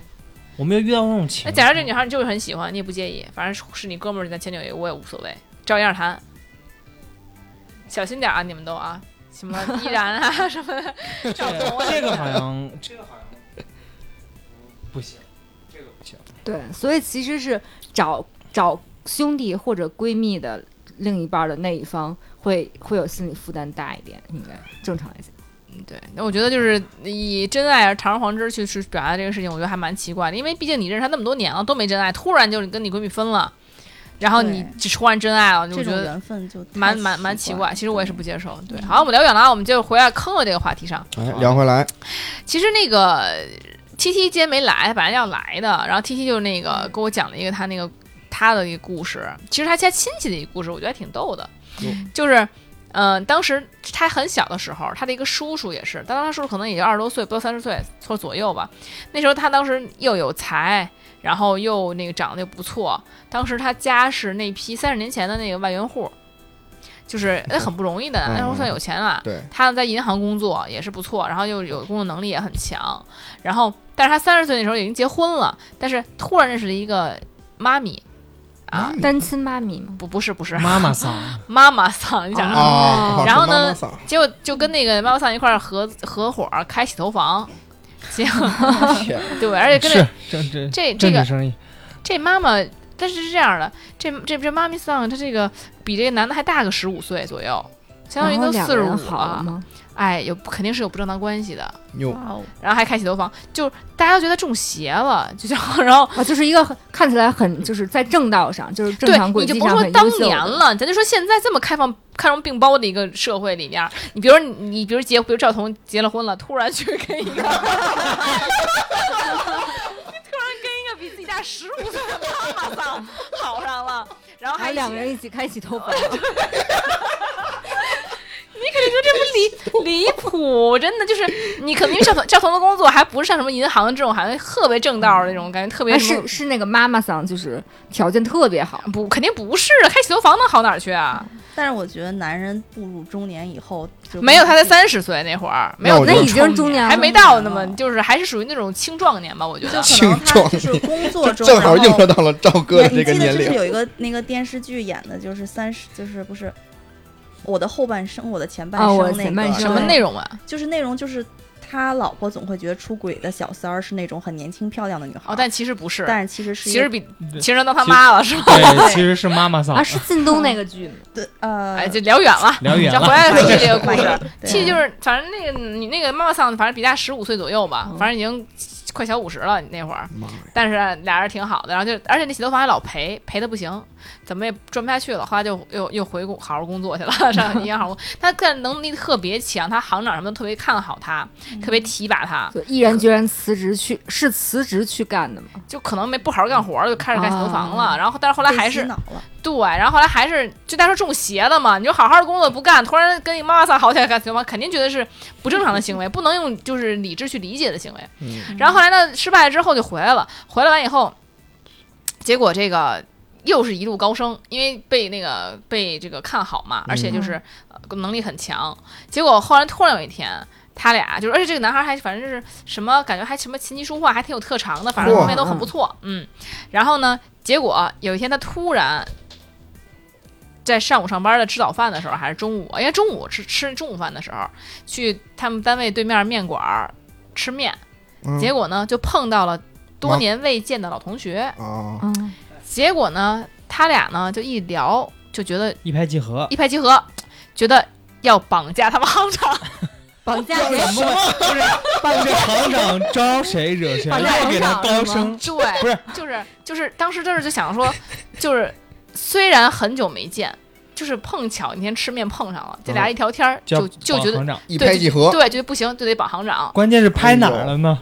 Speaker 3: 我没有遇到那种情
Speaker 7: 哎
Speaker 2: 那
Speaker 3: 况。
Speaker 2: 假如这女孩你就是很喜欢，你也不介意，反正是是你哥们儿的前女友，我也无所谓，照样谈。小心点啊，你们都啊，什么依然啊什么的，赵彤啊
Speaker 3: 这个好 像，这个好像不行，这个不行。
Speaker 5: 对，所以其实是找找兄弟或者闺蜜的另一半的那一方会会有心理负担大一点，应该正常一些。
Speaker 2: 对，那我觉得就是以真爱而堂而皇之去去表达这个事情，我觉得还蛮奇怪的，因为毕竟你认识他那么多年了，都没真爱，突然就跟你闺蜜分了，然后你只突然真爱了，
Speaker 6: 这
Speaker 2: 我觉
Speaker 6: 种
Speaker 2: 得
Speaker 6: 缘分就太
Speaker 2: 蛮蛮蛮奇怪。其实我也是
Speaker 6: 对嗯
Speaker 2: 不接受。对，好，我们聊远了啊，我们就回来坑了这个话题上。
Speaker 4: 哎聊回来，
Speaker 2: 其实那个 T T 今天没来，本来要来的，然后 T T 就那个给我讲了一个他那个他的一个故事，其实他家亲戚的一个故事，我觉得还挺逗的，就是。嗯，当时他很小的时候，他的一个叔叔也是，当时他叔叔可能也就二十多岁，不到三十岁或左右吧。那时候他当时又有才，然后又那个长得又不错。当时他家是那批三十年前的那个万元户，就是那很不容易的，那时候算有钱了。
Speaker 4: 对，
Speaker 2: 他在银行工作也是不错，然后又有工作能力也很强，然后但是他三十岁那时候已经结婚了，但是突然认识了一个妈咪，啊，
Speaker 4: 嗯
Speaker 5: 单亲妈咪嘛，
Speaker 2: 不不是不是
Speaker 3: 妈妈桑，
Speaker 2: 妈妈桑，你想想，
Speaker 4: 啊，
Speaker 2: 哦然后呢
Speaker 4: 好说妈妈桑
Speaker 2: 结果就跟那个妈妈桑一块儿合合伙儿开洗头房，结果
Speaker 4: 天
Speaker 2: 对，而且跟
Speaker 3: 是
Speaker 2: 着
Speaker 3: 这这
Speaker 2: 这这
Speaker 3: 政
Speaker 2: 个
Speaker 3: 治生意，
Speaker 2: 这妈妈，但是是这样的，这这这妈咪桑她这个比这个男的还大个十五岁左右，相当于
Speaker 5: 然后
Speaker 2: 都
Speaker 5: 两
Speaker 2: 四
Speaker 5: 个
Speaker 2: 十
Speaker 5: 人
Speaker 2: 五啊
Speaker 5: 好了
Speaker 2: 了，
Speaker 5: 吗？
Speaker 2: 哎，有肯定是有不正当关系的。
Speaker 4: 哟，
Speaker 6: 哇哦，
Speaker 2: 然后还开洗头房，就是大家都觉得中邪了， 就像然后
Speaker 5: 啊，就是一个很看起来很就是在正道上，就是正
Speaker 2: 对
Speaker 5: 常，轨
Speaker 2: 你就
Speaker 5: 迹
Speaker 2: 甭
Speaker 5: 上
Speaker 2: 说
Speaker 5: 很
Speaker 2: 当
Speaker 5: 优秀的
Speaker 2: 年，了，咱就说现在这么开放开容并包的一个社会里面，你比如说你你比如结比如赵彤结了婚了，突然去跟一个， 突然跟一个比自己大十五岁的妈妈桑好上了，然后
Speaker 5: 还
Speaker 2: 还
Speaker 5: 有两
Speaker 2: 一起
Speaker 5: 个人一起开洗头房，
Speaker 2: 你肯定觉得这这不离离谱，真的就是你可能因为上上同的工作，还不是上什么银行这种，还特别正道的那种感觉，特别
Speaker 5: 啊
Speaker 2: 什么
Speaker 5: 是是那个妈妈桑，就是条件特别好，
Speaker 2: 不肯定不是的，开洗头房能好哪儿去啊？
Speaker 6: 但是我觉得男人步入中年以后就
Speaker 2: 没有他在三十岁那会儿，没有
Speaker 4: 那我觉
Speaker 5: 那
Speaker 4: 得
Speaker 5: 已经是中年了，
Speaker 2: 还没到那么，就是还是属于那种青壮年吧，我觉得。
Speaker 6: 就可能
Speaker 4: 青
Speaker 6: 他
Speaker 4: 壮
Speaker 6: 就是工作中
Speaker 4: 正好映射
Speaker 6: 然后哎
Speaker 4: 到了赵哥的
Speaker 6: 你
Speaker 4: 这个
Speaker 6: 记得
Speaker 4: 年
Speaker 6: 就是
Speaker 4: 龄。
Speaker 6: 有一个那个电视剧演的，就是三十，就是不是我的后半生，我的前半
Speaker 2: 哦
Speaker 5: 啊
Speaker 6: 生
Speaker 5: 我
Speaker 6: 那个、
Speaker 5: 前半生
Speaker 2: 什么内容啊？
Speaker 6: 就是内容就是他老婆总会觉得出轨的小三儿是那种很年轻漂亮的女孩儿，
Speaker 2: 哦，但其实不是，
Speaker 6: 但其实是
Speaker 2: 其
Speaker 6: 一
Speaker 2: 实
Speaker 6: 个
Speaker 2: 比其实当他妈了是吧？
Speaker 3: 对，其实是妈妈桑
Speaker 5: 啊，，是靳东那个剧吗？
Speaker 6: 对呃，
Speaker 2: 哎，就聊远了。
Speaker 3: 聊远
Speaker 2: 这
Speaker 3: 了
Speaker 2: 回。来 回去这个故事，其
Speaker 6: 实
Speaker 2: 实就是，反正那个你那个妈妈桑，反正比大十五岁左右吧，反正已经快小五十了那会儿，
Speaker 4: 妈呀
Speaker 2: 但是俩人挺好的，然后就而且那洗头房还老赔，赔的不行，怎么也赚不下去了，后来就又又回工好好工作去了，上银行好好工他干能力特别强，他行长什么都特别看好他，特别提拔他，
Speaker 5: 就毅然决然辞职去，是辞职去干的吗？
Speaker 2: 就可能没不好好干活儿，就开始干洗头房了，然后但是后来还是
Speaker 6: 脑了，
Speaker 2: 对，然后后来还是就大家说中邪了嘛，你就好好的工作不干，突然跟你妈妈桑好起来干什么？肯定觉得是不正常的行为，不能用就是理智去理解的行为。
Speaker 4: 嗯
Speaker 2: 然后后来呢，失败了之后就回来了，回来完以后，结果这个又是一路高升，因为被那个被这个看好嘛，而且就是、呃能力很强。结果后来突然有一天。他俩就是，而且这个男孩还反正就是什么感觉还什么琴棋书画还挺有特长的，反正
Speaker 4: 哇
Speaker 2: 方面都很不错，嗯。然后呢，结果有一天他突然在上午上班的吃早饭的时候，还是中午，应该中午吃吃中午饭的时候，去他们单位对面面馆儿吃面，
Speaker 4: 嗯
Speaker 2: 结果呢，就碰到了多
Speaker 4: 忙
Speaker 2: 年未见的老同学。
Speaker 4: 啊，
Speaker 5: 嗯，
Speaker 2: 结果呢，他俩呢就一聊，就觉得
Speaker 3: 一拍即合，
Speaker 2: 一拍即合，觉得要绑架他们行长。
Speaker 5: 绑架
Speaker 3: 什么？不是，这行长招谁惹谁
Speaker 2: 绑
Speaker 3: 了？
Speaker 2: 架
Speaker 3: 要
Speaker 2: 行
Speaker 3: 给他
Speaker 2: 长
Speaker 3: 高
Speaker 2: 是吗
Speaker 3: 升，
Speaker 2: 对，
Speaker 3: 不是，
Speaker 2: 就是就是当时就是就想说，就是虽然很久没见，就是碰巧那天吃面碰上了，这俩一聊天儿就就觉得
Speaker 3: 行长。
Speaker 4: 一
Speaker 2: 对
Speaker 4: 拍
Speaker 2: 就
Speaker 4: 即合，
Speaker 2: 对，就不行，就得绑行长。
Speaker 3: 关键是拍哪儿了呢？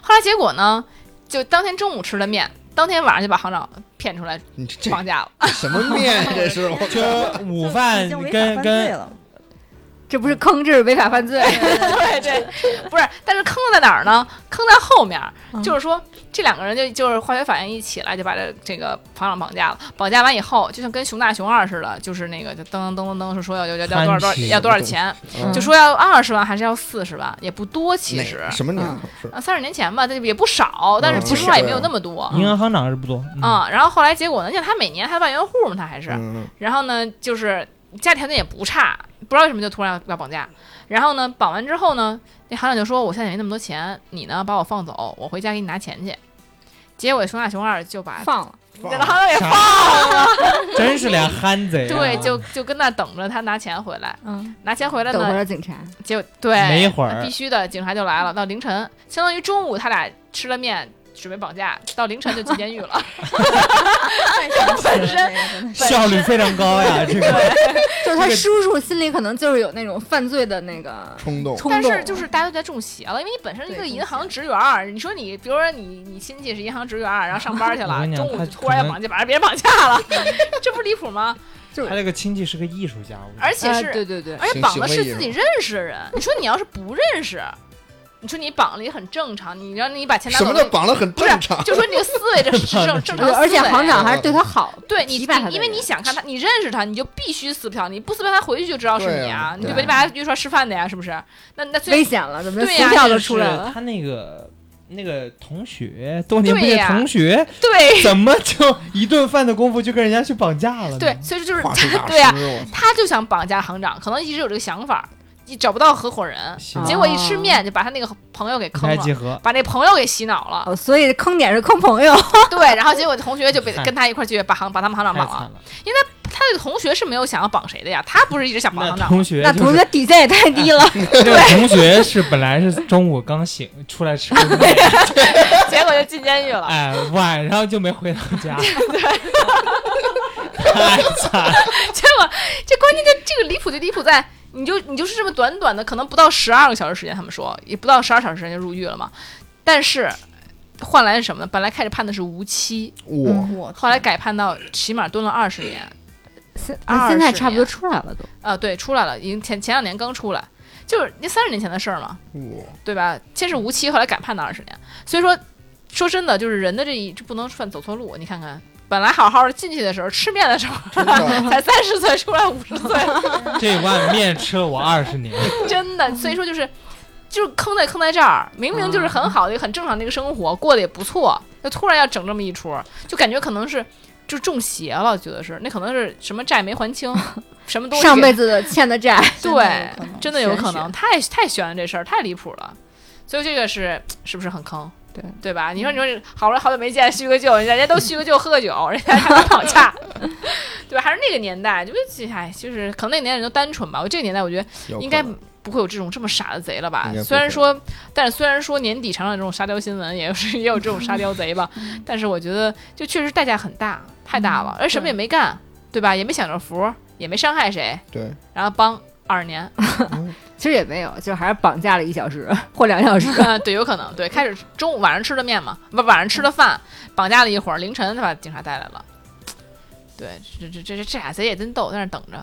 Speaker 2: 后来结果呢，就当天中午吃的面，当天晚上就把行长骗出来
Speaker 4: 你这
Speaker 2: 绑架了。
Speaker 4: 这什么面呀？这是 我
Speaker 3: 就 午饭
Speaker 6: 已经违
Speaker 3: 跟
Speaker 6: 法犯罪
Speaker 3: 跟
Speaker 6: 了，
Speaker 5: 这不是坑，这是违法犯罪。啊
Speaker 2: 对对，不是，但是坑在哪儿呢？坑在后面儿，就是说这两个人就就是化学反应一起来就把这这个房长绑架了。绑架完以后，就像跟熊大熊二似的，就是那个就噔噔噔噔噔是说要要要多少多少
Speaker 3: 贪吃
Speaker 2: 要多少钱，
Speaker 4: 嗯
Speaker 2: 就说要二十万还是要四十万，也不多其
Speaker 4: 哪
Speaker 2: 实。
Speaker 4: 什么年头是？
Speaker 2: 啊，三十年前吧，这也不少，但是
Speaker 4: 嗯
Speaker 2: 其实话也没有那么多。
Speaker 3: 银行行长是不多，嗯
Speaker 2: 啊、然后后来结果呢？像他每年还万元户嘛，他还是，
Speaker 4: 嗯，
Speaker 2: 然后呢，就是家条件也不差，不知道为什么就突然要要绑架。然后呢，绑完之后呢，那行长就说：“我现在也没那么多钱，你呢把我放走，我回家给你拿钱去。”结果熊大熊二就把
Speaker 5: 放了，
Speaker 4: 放
Speaker 2: 然后也
Speaker 3: 啥 真是俩憨贼啊。
Speaker 2: 哎对，就就跟那等着他拿钱回来，
Speaker 5: 嗯，
Speaker 2: 拿钱回来
Speaker 5: 等会
Speaker 2: 呢，
Speaker 5: 儿警察，
Speaker 2: 结果对，
Speaker 3: 没一会儿
Speaker 2: 那必须的，警察就来了。到凌晨，相当于中午他俩吃了面，准备绑架，到凌晨就进监狱 了。
Speaker 6: 太神奇 了，这个真的
Speaker 3: 效率非常高呀，这个。
Speaker 5: 就是他叔叔心里可能就是有那种犯罪的那个
Speaker 4: 冲动，
Speaker 5: 冲
Speaker 2: 但
Speaker 5: 动，
Speaker 2: 是就是大家都在中邪了，因为你本身是一个
Speaker 5: 对中
Speaker 2: 银行职员儿，你说你，比如说你你亲戚是银行职员儿，然后上班去
Speaker 3: 我
Speaker 2: 了
Speaker 3: 跟，你讲
Speaker 2: 中午
Speaker 3: 他
Speaker 2: 就突然要绑架，把别人绑架了， 这不离谱吗？
Speaker 3: 他这个亲戚是个艺术家，我觉得
Speaker 2: 而且
Speaker 5: 啊
Speaker 2: 是，
Speaker 5: 对对对，
Speaker 2: 而且
Speaker 4: 行
Speaker 2: 绑的
Speaker 4: 行
Speaker 2: 是
Speaker 4: 为艺
Speaker 2: 自己
Speaker 4: 术
Speaker 2: 认识的人，你说你要是不认识，你说你绑了也很正常，你让你把钱拿
Speaker 4: 什
Speaker 2: 走
Speaker 4: 么
Speaker 2: 了
Speaker 4: 叫。绑得很
Speaker 2: 不
Speaker 4: 正
Speaker 2: 是啊
Speaker 4: 常，？
Speaker 2: 就说你这个思维这是正正常思维，
Speaker 5: 而且行长还是对他好，
Speaker 2: 对你，
Speaker 5: 提拔他
Speaker 2: 你
Speaker 5: 的
Speaker 2: 因为
Speaker 5: 人
Speaker 2: 你想看他，你认识他，你就必须撕票，你不撕票他回去就知道是
Speaker 4: 对
Speaker 2: 你
Speaker 4: 啊
Speaker 2: 你就
Speaker 4: 对
Speaker 2: 别把他约出来吃饭的呀，是不是？那那最
Speaker 5: 危险了，怎么
Speaker 2: 对呀
Speaker 5: 撕票
Speaker 3: 就
Speaker 5: 都
Speaker 3: 是
Speaker 5: 出来了？
Speaker 3: 他那个那个同学，多年不
Speaker 2: 对
Speaker 3: 见
Speaker 2: 呀
Speaker 3: 同学，
Speaker 2: 对
Speaker 3: 怎么就一顿饭的功夫就跟人家去绑架了呢？
Speaker 2: 对，所以就是
Speaker 4: 话术大
Speaker 2: 对啊呀
Speaker 4: 师，我操
Speaker 2: 他就想绑架行长，可能一直有这个想法，你找不到合伙人，
Speaker 3: 行，
Speaker 2: 结果一
Speaker 5: 哦
Speaker 2: 吃面就把他那个朋友给
Speaker 3: 一
Speaker 2: 坑
Speaker 3: 拍即
Speaker 2: 了。
Speaker 3: 合，
Speaker 2: 把那朋友给洗脑了，
Speaker 5: 哦，所以坑点是坑朋友，
Speaker 2: 对，然后结果同学就被跟他一块儿去把行把他们行
Speaker 3: 太
Speaker 2: 长
Speaker 3: 惨
Speaker 2: 绑了。
Speaker 3: 了。
Speaker 2: 他那个同学是没有想要绑谁的呀，他不是一直想绑
Speaker 3: 那
Speaker 2: 行长，
Speaker 3: 同学
Speaker 5: 那
Speaker 3: 就
Speaker 5: 同
Speaker 3: 是
Speaker 5: 学底线也太低了，
Speaker 3: 这个同学是本来是中午刚醒出来吃个面，
Speaker 2: 结果就进监狱了。
Speaker 3: 哎，晚上就没回到家，哎太惨了。
Speaker 2: 结果 这关键就这个离谱就离谱在，你就你就是这么短短的，可能不到十二个小时时间，他们说也不到十二小时时间就入狱了嘛，但是换来是什么呢？本来开始判的是无期，
Speaker 4: 我
Speaker 6: 我
Speaker 2: 后来改判到起码蹲了二十年，
Speaker 5: 现
Speaker 2: 20
Speaker 5: 现在差不多
Speaker 2: 年
Speaker 5: 出来了都。
Speaker 2: 啊，对，出来了，已经前前两年刚出来，就是那三十年前的事儿嘛，
Speaker 4: 哇，
Speaker 2: 对吧？先是无期，后来改判的二十年。所以说，说真的，就是人的这一这不能算走错路。你看看，本来好好的进去的时候，吃面的时候
Speaker 4: 真的
Speaker 2: 才三十岁，出来五十岁，
Speaker 8: 这碗面吃了我二十年，
Speaker 2: 真的。所以说就是，就是坑在坑在这儿，明明就是很好的、很正常的一个生活，过得也不错，就突然要整这么一出，就感觉可能是就中邪了，觉得是那可能是什么债没还清，什么东西
Speaker 5: 上辈子的欠的债，
Speaker 2: 对，真的有可
Speaker 6: 玄学
Speaker 2: 能，太太悬了这事儿，太离谱了。所以这个是是不是很坑？
Speaker 6: 对
Speaker 2: 对吧？你说你说这好了，好久没见叙个旧，人家都叙个旧喝个酒，人家还能吵架，对吧？还是那个年代，就是哎，就是可能那个年代人都单纯吧。我这个年代，我觉得
Speaker 4: 有可
Speaker 2: 应该
Speaker 4: 能
Speaker 2: 不会有这种这么傻的贼了吧
Speaker 4: 应该？不会
Speaker 2: 虽然说，但是虽然说年底常常有这种沙雕新闻，也是也有 这种沙雕贼吧，
Speaker 4: 嗯
Speaker 2: 但是我觉得就确实代价很大，太大了，而什么也没干，对吧？也没享着福，也没伤害谁，
Speaker 4: 对，
Speaker 2: 然后帮二十年，
Speaker 5: 其实也没有，就还是绑架了一小时 或两小时。
Speaker 2: 啊，对，有可能，对，开始中午晚上吃的面嘛，不，晚上吃的饭，绑架了一会儿，凌晨才把警察带来了。对，这这这这这俩贼也真逗，在那儿等着。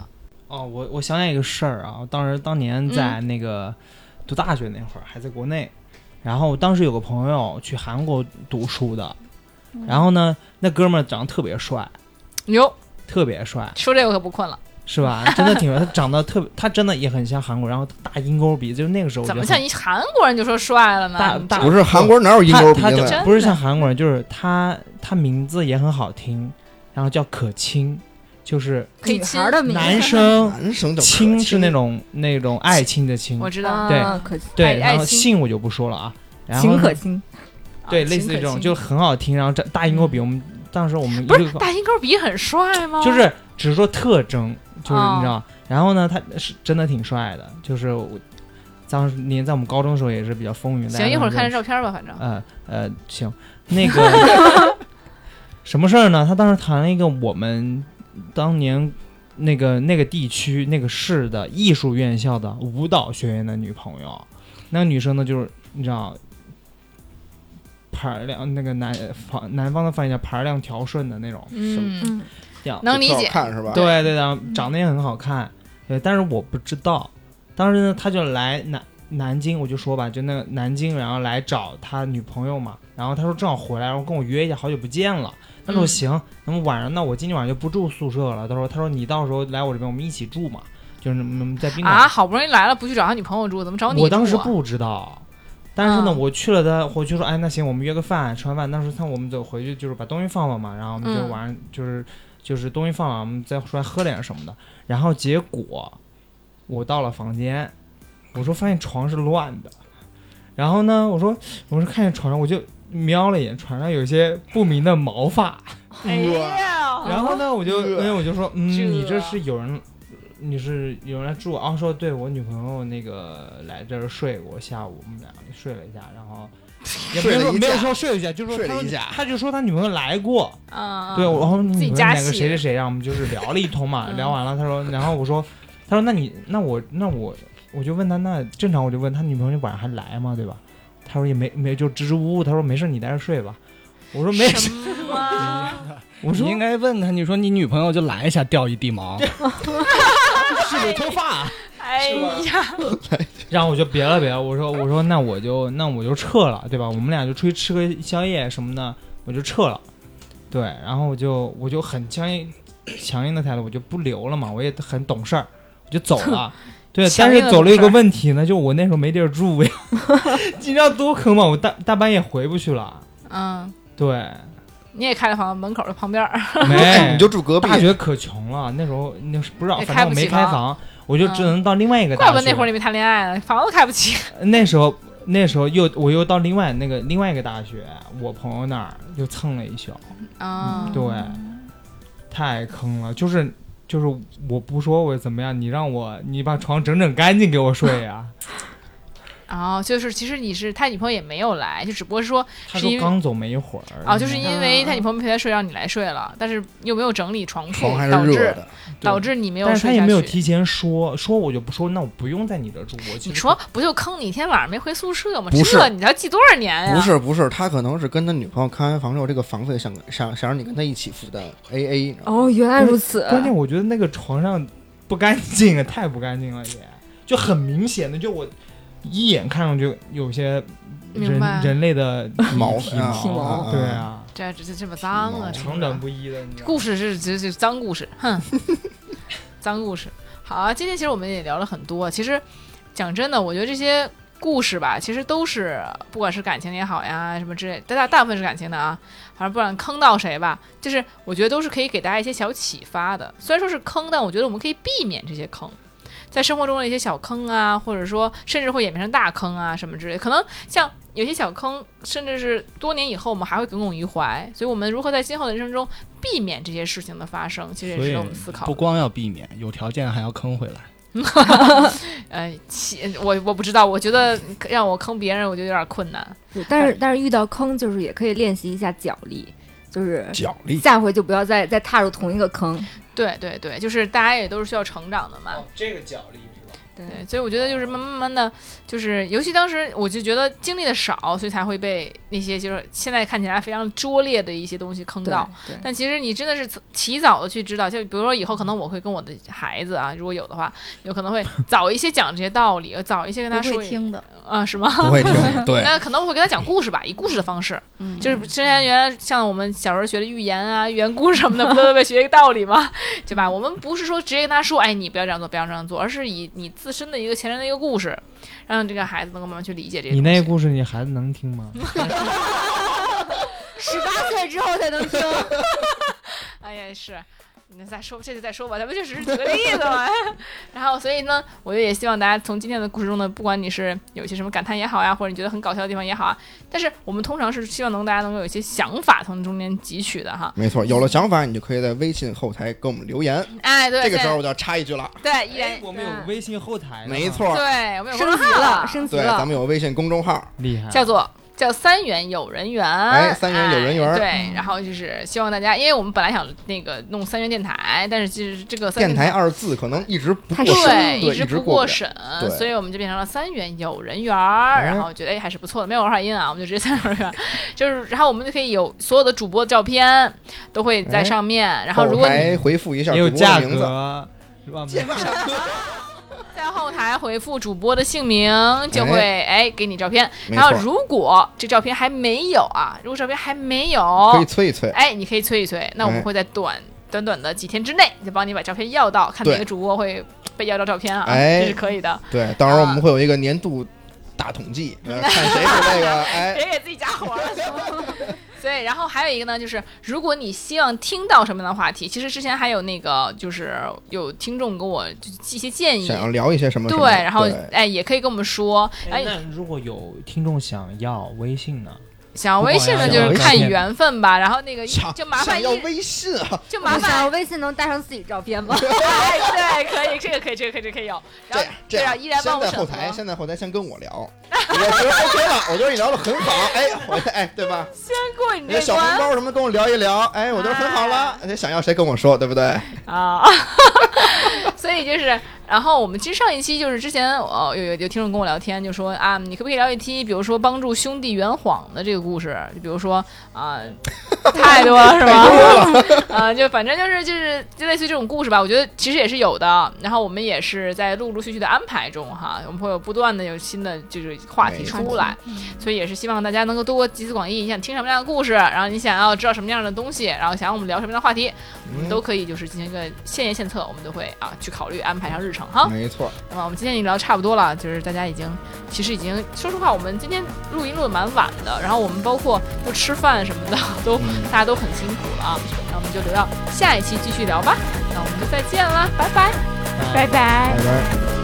Speaker 3: 哦，我我想起一个事儿啊，当时当年在那个读大学那会儿，还在国内，然后当时有个朋友去韩国读书的，然后呢，那哥们儿长得特别帅，
Speaker 2: 哟，
Speaker 3: 特别帅，
Speaker 2: 说这个可不困了，
Speaker 3: 是吧？真的挺帅，他长得特别，他真的也很像韩国，然后大鹰钩鼻，就是那个时候我
Speaker 2: 怎
Speaker 3: 觉
Speaker 2: 么
Speaker 3: 得
Speaker 2: 像一韩国人就说帅了呢？
Speaker 3: 大
Speaker 2: 你
Speaker 3: 大
Speaker 4: 不是韩国啊哪有鹰钩
Speaker 3: 他他
Speaker 4: 鼻子呀？
Speaker 2: 真
Speaker 3: 不是
Speaker 2: 的
Speaker 3: 像韩国人，就是他他名字也很好听，然后叫可亲，就是
Speaker 2: 可以
Speaker 5: 女
Speaker 2: 亲
Speaker 5: 孩的名字
Speaker 3: 男生
Speaker 4: 男生就可
Speaker 3: 亲
Speaker 4: 亲
Speaker 3: 嗯是那种那种爱亲的亲，
Speaker 2: 我知道，
Speaker 5: 啊，
Speaker 3: 嗯对
Speaker 5: 可
Speaker 3: 对，
Speaker 2: 爱爱
Speaker 3: 然后
Speaker 2: 亲
Speaker 3: 姓我就不说了啊，然后
Speaker 5: 情
Speaker 3: 呢
Speaker 5: 可亲，
Speaker 3: 对，
Speaker 2: 啊
Speaker 3: 类似
Speaker 2: 秦
Speaker 3: 于这
Speaker 2: 可
Speaker 3: 种
Speaker 2: 卿嗯
Speaker 3: 就很好听，然后这大鹰钩鼻，我们当时我们一
Speaker 2: 不是
Speaker 3: 个
Speaker 2: 大鹰钩鼻很帅吗？
Speaker 3: 就是只是说特征，就是
Speaker 2: 哦
Speaker 3: 你知道，然后呢，他是真的挺帅的，就是我当时您在我们高中的时候也是比较风云，大
Speaker 2: 行，
Speaker 3: 家
Speaker 2: 一会儿
Speaker 3: 都
Speaker 2: 看这
Speaker 3: 认识
Speaker 2: 照片吧，反正
Speaker 3: 呃呃，行，那个什么事儿呢？他当时谈了一个我们当年那个那个地区那个市的艺术院校的舞蹈学院的女朋友，那个女生呢，就是你知道。盘儿亮那个南方南方的翻译叫盘儿亮条顺的那种，
Speaker 2: 嗯，
Speaker 5: 嗯，
Speaker 3: 样
Speaker 2: 能理
Speaker 4: 不
Speaker 2: 解
Speaker 4: 好。看是吧？
Speaker 3: 对对的，长得也很好看，对，但是我不知道，当时呢，他就来南南京，我就说吧，就那个南京，然后来找他女朋友嘛，然后他说正好回来，然后跟我约一下，好久不见了。他说
Speaker 2: 嗯
Speaker 3: 行，那么晚上那我今天晚上就不住宿舍了。他说他说你到时候来我这边，我们一起住嘛，就是嗯在宾馆。
Speaker 2: 啊，好不容易来了，不去找他女朋友住，怎么找你住啊？
Speaker 3: 我当时不知道，但是呢，
Speaker 2: 嗯
Speaker 3: 我去了他，我就说哎那行，我们约个饭，吃完饭，当时他我们走回去就是把东西放放嘛，然后我们就
Speaker 2: 嗯
Speaker 3: 晚上就是、就是东西放完，我们再出来喝点什么的。然后结果我到了房间，我说发现床是乱的，然后呢，我说我说看见床上我就瞄了一眼，床上有一些不明的毛发，
Speaker 2: 哎呀，
Speaker 3: 然后呢，我就
Speaker 4: 这
Speaker 3: 那我就说嗯，
Speaker 2: 这
Speaker 3: 你这是有人。你是有人来住啊？说对我女朋友那个来这儿睡过，下午我们俩睡了一下，然 后也没有说
Speaker 4: 睡了一
Speaker 3: 没
Speaker 4: 下
Speaker 3: 有说睡一下，就是说
Speaker 4: 睡了
Speaker 3: 他
Speaker 4: 一下
Speaker 3: 他就说他女朋友来过，
Speaker 2: 嗯，
Speaker 3: 对，然后
Speaker 2: 自
Speaker 3: 你
Speaker 2: 己
Speaker 3: 们
Speaker 2: 加
Speaker 3: 两
Speaker 2: 戏
Speaker 3: 个谁谁谁，然后我们就是聊了一通嘛，
Speaker 2: 嗯
Speaker 3: 聊完了，他说，然后我说，他说那你那我那我我就问他，那正常我就问他女朋友晚上还来吗？对吧？他说也没没就支支吾吾，他说没事你在这睡吧。我说没事，
Speaker 2: 什么？
Speaker 3: 我
Speaker 7: 你
Speaker 3: 说
Speaker 7: 应该问他，你说你女朋友就来一下，掉一地毛，是不是脱 发？
Speaker 2: 哎呀，
Speaker 3: 然后我就别了别了，我说我说那我就那我就撤了，对吧？我们俩就出去吃个宵夜什么的，我就撤了。对，然后我就我就很强硬强硬的态度，我就不留了嘛，我也很懂事儿，我就走了。对，
Speaker 2: 强
Speaker 3: 但
Speaker 2: 硬
Speaker 3: 是
Speaker 2: 的
Speaker 3: 走
Speaker 2: 懂
Speaker 3: 了一
Speaker 2: 事
Speaker 3: 个
Speaker 2: 儿
Speaker 3: 问题呢，就我那时候没地儿住呀，你知道多坑吗？我大大半夜回不去了。
Speaker 2: 嗯，
Speaker 3: 对，
Speaker 2: 你也开了房门口的旁边 儿，
Speaker 3: 没，
Speaker 4: 哎 你就住隔壁，
Speaker 3: 哎大学可穷了，那时候那时候不知道，
Speaker 2: 也
Speaker 3: 反
Speaker 2: 开
Speaker 3: 正我
Speaker 2: 不
Speaker 3: 没
Speaker 2: 起
Speaker 3: 开
Speaker 2: 房嗯
Speaker 3: 房，我就只能到另外一个
Speaker 2: 怪
Speaker 3: 大
Speaker 2: 不得
Speaker 3: 学
Speaker 2: 那会儿。你没谈恋爱呢，房子开不起。
Speaker 3: 那时候那时候又我又到另外那个另外一个大学，我朋友那儿又蹭了一宿，
Speaker 2: 啊
Speaker 3: 对，太坑了，就是。就是啊 我不说我怎么样，你让我你把床整整干净给我睡呀、
Speaker 2: 然后哦就是其实你是他女朋友也没有来，就只不过是说
Speaker 3: 他
Speaker 2: 是
Speaker 3: 说
Speaker 2: 因为
Speaker 3: 刚走没一会儿
Speaker 2: 啊，就是
Speaker 5: 嗯
Speaker 2: 因为他女朋友没陪他睡，让你来睡了，但是又没有整理床铺
Speaker 4: 床还，是
Speaker 2: 导
Speaker 4: 热
Speaker 2: 致
Speaker 4: 的，
Speaker 2: 导致你没有
Speaker 3: 但是他
Speaker 2: 睡
Speaker 3: 也
Speaker 2: 下
Speaker 3: 没有
Speaker 2: 去。
Speaker 3: 提前说，说我就不说，那我不用在你这儿住。我其
Speaker 2: 你
Speaker 3: 实
Speaker 2: 说不就坑你一天晚上没回宿舍吗？
Speaker 4: 嗯不是
Speaker 2: 这你要记多少年哎呀？
Speaker 4: 不是不是，他可能是跟他女朋友开完房之后，这个房费想想想让你跟他一起负担，A A，你知道吗？
Speaker 5: 哦，原来如此。
Speaker 3: 关键我觉得那个床上不干净啊， 太不干净了也，就很明显的，就我一眼看上去有些
Speaker 2: 明
Speaker 3: 人
Speaker 2: 白
Speaker 3: 人 类的
Speaker 4: 毛
Speaker 3: 体
Speaker 4: 啊
Speaker 5: 体毛
Speaker 4: 啊
Speaker 3: 对啊，
Speaker 2: 这这这么脏啊！什
Speaker 3: 长
Speaker 2: 么的
Speaker 3: 短不一的，你知道吗
Speaker 2: 故事是这这脏故事， 哼，脏故事。好啊，今天其实我们也聊了很多。其实讲真的，我觉得这些故事吧，其实都是不管是感情也好呀，什么之类，大大大部分是感情的啊。反正不管坑到谁吧，就是我觉得都是可以给大家一些小启发的。虽然说是坑，但我觉得我们可以避免这些坑。在生活中的一些小坑啊，或者说甚至会演变成大坑啊什么之类，可能像有些小坑，甚至是多年以后我们还会耿耿于怀。所以，我们如何在今后的人生中避免这些事情的发生，其实也
Speaker 7: 所
Speaker 2: 值
Speaker 7: 以
Speaker 2: 得我们思考
Speaker 7: 不。光要避免，有条件还要坑回来。
Speaker 2: 呃，其我我不知道，我觉得让我坑别人，我觉得有点困难。
Speaker 5: 但是但是遇到坑，就是也可以练习一下脚力，就是
Speaker 3: 哦
Speaker 4: 脚 力，
Speaker 5: 下回就不要再 再踏入同一个坑。
Speaker 2: 对对对，就是大家也都是需要成长的嘛。
Speaker 3: 哦这个脚力是吧？
Speaker 2: 对，所以我觉得就是慢慢慢的，就是尤其当时我就觉得经历的少，所以才会被那些就是现在看起来非常拙劣的一些东西坑
Speaker 5: 对
Speaker 2: 到。
Speaker 5: 对
Speaker 2: 但其实你真的是提早的去知道，就比如说以后可能我会跟我的孩子啊，如果有的话，有可能 会早一些讲这些道理，呃早一些跟他
Speaker 6: 不
Speaker 2: 说
Speaker 6: 会听的，
Speaker 2: 啊、是吗？
Speaker 4: 不会听，对，
Speaker 2: 那可能我会跟他讲故事吧，以故事的方式，
Speaker 6: 嗯，
Speaker 2: 就是之前原来像我们小时候学的寓言啊、寓言故事什么的，不都被学一个道理吗？ 对吧？我们不是说直接跟他说，哎，你不要这样做，不要这样做，而是以你自身的一个前人的一个故事，让这个孩子能够慢慢去理解这个。
Speaker 3: 你那故事你孩子能听吗？
Speaker 5: 十八岁之后才能听。
Speaker 2: 哎呀，是，那再说，这就再说吧，咱们就只是举个例子嘛。 然后，所以呢，我也希望大家从今天的故事中呢，不管你是有一些什么感叹也好呀，或者你觉得很搞笑的地方也好啊，但是我们通常是希望能大家能够有一些想法从中间汲取的哈。
Speaker 4: 没错，有了想法，你就可以在微信后台给我们留言。
Speaker 2: 哎，对，
Speaker 4: 这个
Speaker 2: 现
Speaker 4: 时
Speaker 2: 在
Speaker 4: 候哎我就要插一句了，
Speaker 2: 对，依然嗯
Speaker 3: 我们有微信后台，
Speaker 4: 没，错，
Speaker 2: 对，我们有
Speaker 5: 升级
Speaker 2: 公众号
Speaker 5: 了，升级
Speaker 4: 对，咱
Speaker 5: 了。
Speaker 4: 们有微信公众号，
Speaker 3: 厉害。
Speaker 2: 叫做叫三元有人缘，
Speaker 4: 哎三元有人缘
Speaker 2: 哎对，然后就是希望大家，因为我们本来想那个弄三元电台，但是其实这个三元
Speaker 4: 电台二字可能一直不
Speaker 5: 太
Speaker 4: 过
Speaker 5: 深了
Speaker 4: 审，
Speaker 2: 对，
Speaker 4: 对，
Speaker 2: 直
Speaker 4: 一
Speaker 2: 不
Speaker 4: 过
Speaker 2: 过
Speaker 4: 不了。
Speaker 2: 审，
Speaker 4: 对嗯
Speaker 2: 所以我们就变成了三元有人缘儿，然后觉得哎还是不错的，没有文化音啊，我们就直接三元有人缘儿，就是然后我们就可以有所有的主播照片都会在上面，然后如
Speaker 4: 哎后
Speaker 2: 果你哦
Speaker 4: 台回复一下
Speaker 3: 也
Speaker 4: 主
Speaker 3: 有
Speaker 4: 播的
Speaker 3: 价
Speaker 4: 名字，
Speaker 3: 格，是吧？
Speaker 2: 在后台回复主播的姓名，就会哎给你照片，
Speaker 4: 没
Speaker 2: 然后
Speaker 4: 错
Speaker 2: 如果这照片还没有啊，如果照片还没有，
Speaker 4: 可以催一催。
Speaker 2: 哎，你可以催一催，那我们
Speaker 4: 哎
Speaker 2: 会在短短短的几天之内就帮你把照片要到，看哪
Speaker 4: 对
Speaker 2: 个主播会被要到照片啊，
Speaker 4: 哎
Speaker 2: 这是可以的。
Speaker 4: 对，到时候我们会有一个年度大统计，
Speaker 2: 啊
Speaker 4: 呃看谁是那 个哎。
Speaker 2: 人给自己加活了，行吗？ 所以，然后还有一个呢，就是如果你希望听到什么样的话题，其实之前还有那个，就是有听众给我就寄一些建议
Speaker 4: 想，要聊一些什么什
Speaker 2: 对，
Speaker 4: 么？
Speaker 2: 然后
Speaker 4: 对
Speaker 2: 哎也可以跟我们说，哎
Speaker 3: 哎，那如果有听众想要微信呢？
Speaker 2: 想要微信呢
Speaker 3: 不
Speaker 2: 就
Speaker 3: 管
Speaker 2: 是
Speaker 3: 要
Speaker 2: 看
Speaker 3: 要要
Speaker 2: 缘分吧，然后那个
Speaker 4: 想
Speaker 2: 就麻
Speaker 4: 想
Speaker 2: 烦
Speaker 4: 要
Speaker 2: 一
Speaker 4: 微信啊，
Speaker 2: 就麻
Speaker 5: 我想
Speaker 2: 烦
Speaker 5: 要微信能带上自己照片吗？
Speaker 2: 哎对，可以这个可以这个可以这个可以有，然
Speaker 4: 这
Speaker 2: 后
Speaker 4: 样这
Speaker 2: 对啊，
Speaker 4: 样，
Speaker 2: 依然帮
Speaker 4: 先
Speaker 2: 我
Speaker 4: 在
Speaker 2: 审
Speaker 4: 后
Speaker 2: 核
Speaker 4: 台，先在后台先跟我聊，我觉得 OK 了，我觉得你聊的很好，哎，我哎 对吧？
Speaker 2: 过你
Speaker 4: 你的
Speaker 2: 这
Speaker 4: 小红
Speaker 2: 关
Speaker 4: 包什么跟我聊一聊，哎，我觉得很好了，你想要谁跟我说，对不对？
Speaker 2: 啊， 所以就是，然后我们其实上一期就是之前哦有有有听众跟我聊天，就说啊，你可不可以聊一期，比如说帮助兄弟圆谎的这个故事，就比如说啊，太多了是吗？ 啊，就反正就是就是就类似于这种故事吧，我觉得其实也是有的。然后我们也是在陆陆续续的安排中哈，我们会有不断的有新的就是话题
Speaker 4: 没
Speaker 2: 出来，所以也是希望大家能够多集思广益。你想听什么样的故事，然后你想要知道什么样的东西，然后想要我们聊什么样的话题，我
Speaker 4: 嗯
Speaker 2: 们都可以就是进行一个现研现测，我们都会啊去考虑安排上日程哈。
Speaker 4: 没错，
Speaker 2: 那么我们今天已经聊得差不多了，就是大家已经其实已经说实话，我们今天录音录的蛮晚的，然后我们包括又吃饭什么的，都 大家都很辛苦了啊。那我们就留到下一期继续聊吧，那我们就再见啦，拜拜。
Speaker 5: 拜拜
Speaker 4: 拜拜。